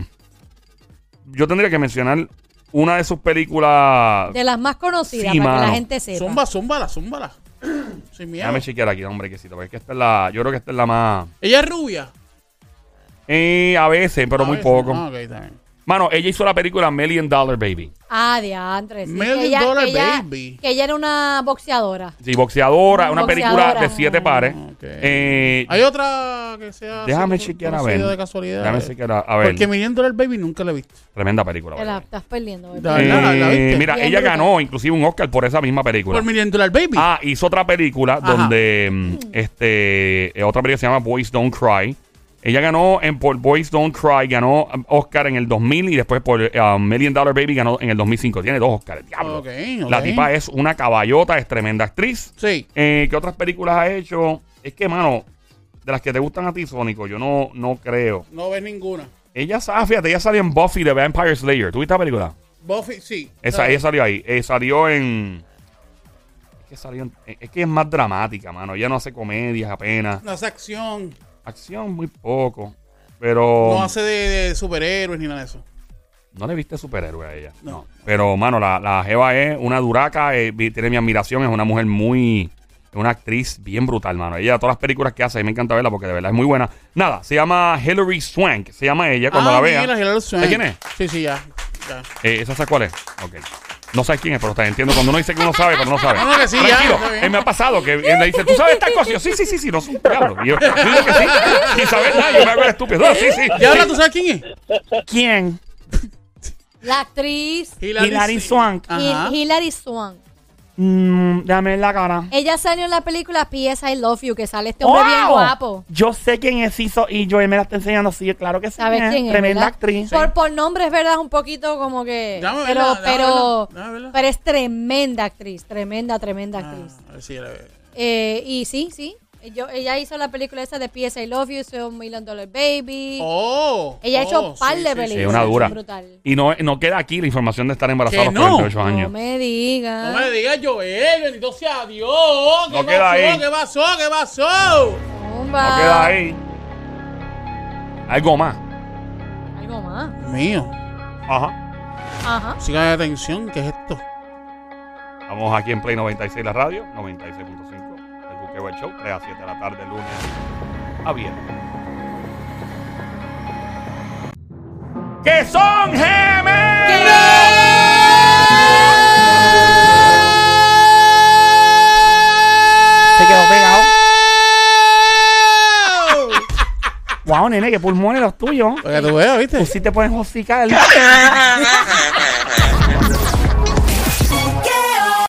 A: yo tendría que mencionar una de sus películas.
C: De las más conocidas,
A: Sí,
C: para que
A: mano.
C: la gente sepa.
D: Zumba, zúmbala, zúmbala. Sin miedo.
A: Déjame chequear aquí, hombre, que sí, porque es que esta es la. Yo creo que esta es la más.
D: Ella es rubia.
A: Eh, a veces, pero
D: A
A: muy
D: veces.
A: poco.
D: Ah, ok, está bien.
A: Mano, ella hizo la película Million Dollar Baby.
C: Ah, diantres.
D: Million Dollar Baby.
C: Que ella era una boxeadora.
A: Sí, boxeadora, una
C: Boxeadora.
A: película de siete pares.
D: Ah, Ok.
A: Eh,
D: Hay otra que sea... así
A: déjame
D: con-
A: chequear a
D: conocida
A: ver.
D: de casualidad.
A: Déjame chequear a, a ver.
D: Porque Million Dollar Baby nunca la he visto.
A: Tremenda película. by
C: Te
A: the
C: la
A: way.
C: estás perdiendo.
D: Da-
C: ¿verdad?
A: Eh,
D: la- Ah, la viste.
A: mira,
C: Bien
A: ella
C: brutal.
A: ganó inclusive un Oscar por esa misma película.
D: Por Million Dollar Baby.
A: Ah, hizo otra película
D: Ajá.
A: donde mm, este eh, otra película se llama Boys Don't Cry. Ella ganó en por Boys Don't Cry, ganó um, Oscar en el 2000 y después por eh, um, Million Dollar Baby ganó en el 2005. Tiene dos Oscars, diablo.
D: Ok,
A: La
D: ok.
A: tipa es una caballota, es tremenda actriz.
D: Sí.
A: Eh, ¿Qué otras películas ha hecho? Es que, mano, de las que te gustan a ti, Sónico, yo no, no creo.
D: No ves ninguna.
A: Ella, sa- fíjate, ella salió en Buffy the Vampire Slayer. ¿Tuviste la película?
D: Buffy, sí.
A: Esa, ella salió ahí. Eh, salió en. Es que salió en- eh, Es que es más dramática, mano. Ella no hace comedias apenas.
D: No hace acción.
A: Acción muy poco. Pero.
D: No
A: No,
D: hace de, de superhéroes ni nada de eso.
A: le viste superhéroe a ella. No.
D: No.
A: Pero, mano, la, la Jeva es una duraca. eh, vi- tiene mi admiración. Es una mujer muy. Es una actriz bien brutal, mano. Ella, todas las películas que hace, a mí me encanta verla porque de verdad es muy buena. Nada, se llama Hillary Swank. Se llama ella cuando
D: ah,
A: la vea.
D: mira, Hilary Swank.
A: ¿De quién es?
D: Sí, sí, ya. ya.
A: Eh, ¿Esa sabes cuál es? Ok. No sabes quién es, pero te entiendo. Cuando uno dice que uno sabe, pero no sabe.
D: No, no, que sí, ya,
A: Tranquilo.
D: está bien.
A: Eh, me ha pasado que él me dice, ¿tú sabes esta cosa? Y yo, sí, sí, sí, sí, no soy un diablo. Y yo, yo digo que sí. Sin saber nada, yo me hago el estúpido. No, sí, sí.
D: ¿Y ahora tú sabes quién es?
B: ¿Quién?
C: La actriz
B: Hilary Swank.
D: Ajá.
C: Hi- Hilary Swank.
B: Mm, déjame ver la cara.
C: Ella salió en la película PS I Love You, que sale este hombre bien
B: ¡Wow!
C: guapo.
B: Yo sé quién es Iso y yo él me la está enseñando. Sí, claro que sí.
C: ¿Sabes quién es?
B: Tremenda
C: verdad?
B: actriz.
C: Por, por nombre es verdad, es un poquito como que.
D: Dame
C: pero,
D: verla, dame
C: pero,
D: verla, dame verla.
C: pero es tremenda actriz, tremenda, tremenda actriz.
D: Ah, sí, era-
C: Eh, y sí, sí. Yo, ella hizo la película esa de PS I Love You, soy un Million Dollar Baby.
D: Oh.
C: Ella ha hecho
D: oh,
C: un par de
A: Sí,
C: películas.
A: una dura.
C: Brutal.
A: Y no, no queda aquí la información de estar embarazada a los
D: Que no.
A: 48
C: No
A: años.
C: me digas.
D: No me digas, Joel, bendito sea Dios. ¿Qué
A: No
D: pasó?
A: queda ahí.
D: ¿Qué pasó? ¿Qué pasó?
C: Zumba.
A: No queda ahí. Algo más.
C: Algo más.
D: Mío,
A: Ajá.
C: Ajá.
D: sigan de atención, ¿qué es esto?
A: Vamos aquí en Play 96 la radio, 96.5. El Buqueo del Show, 3 a 7 de la tarde, lunes a viernes. ¡Que son gemelos!
B: Se quedó pegado. wow, nene, qué pulmones los tuyos.
D: Para que tú veas, ¿viste?
B: Tú sí te puedes hocicar.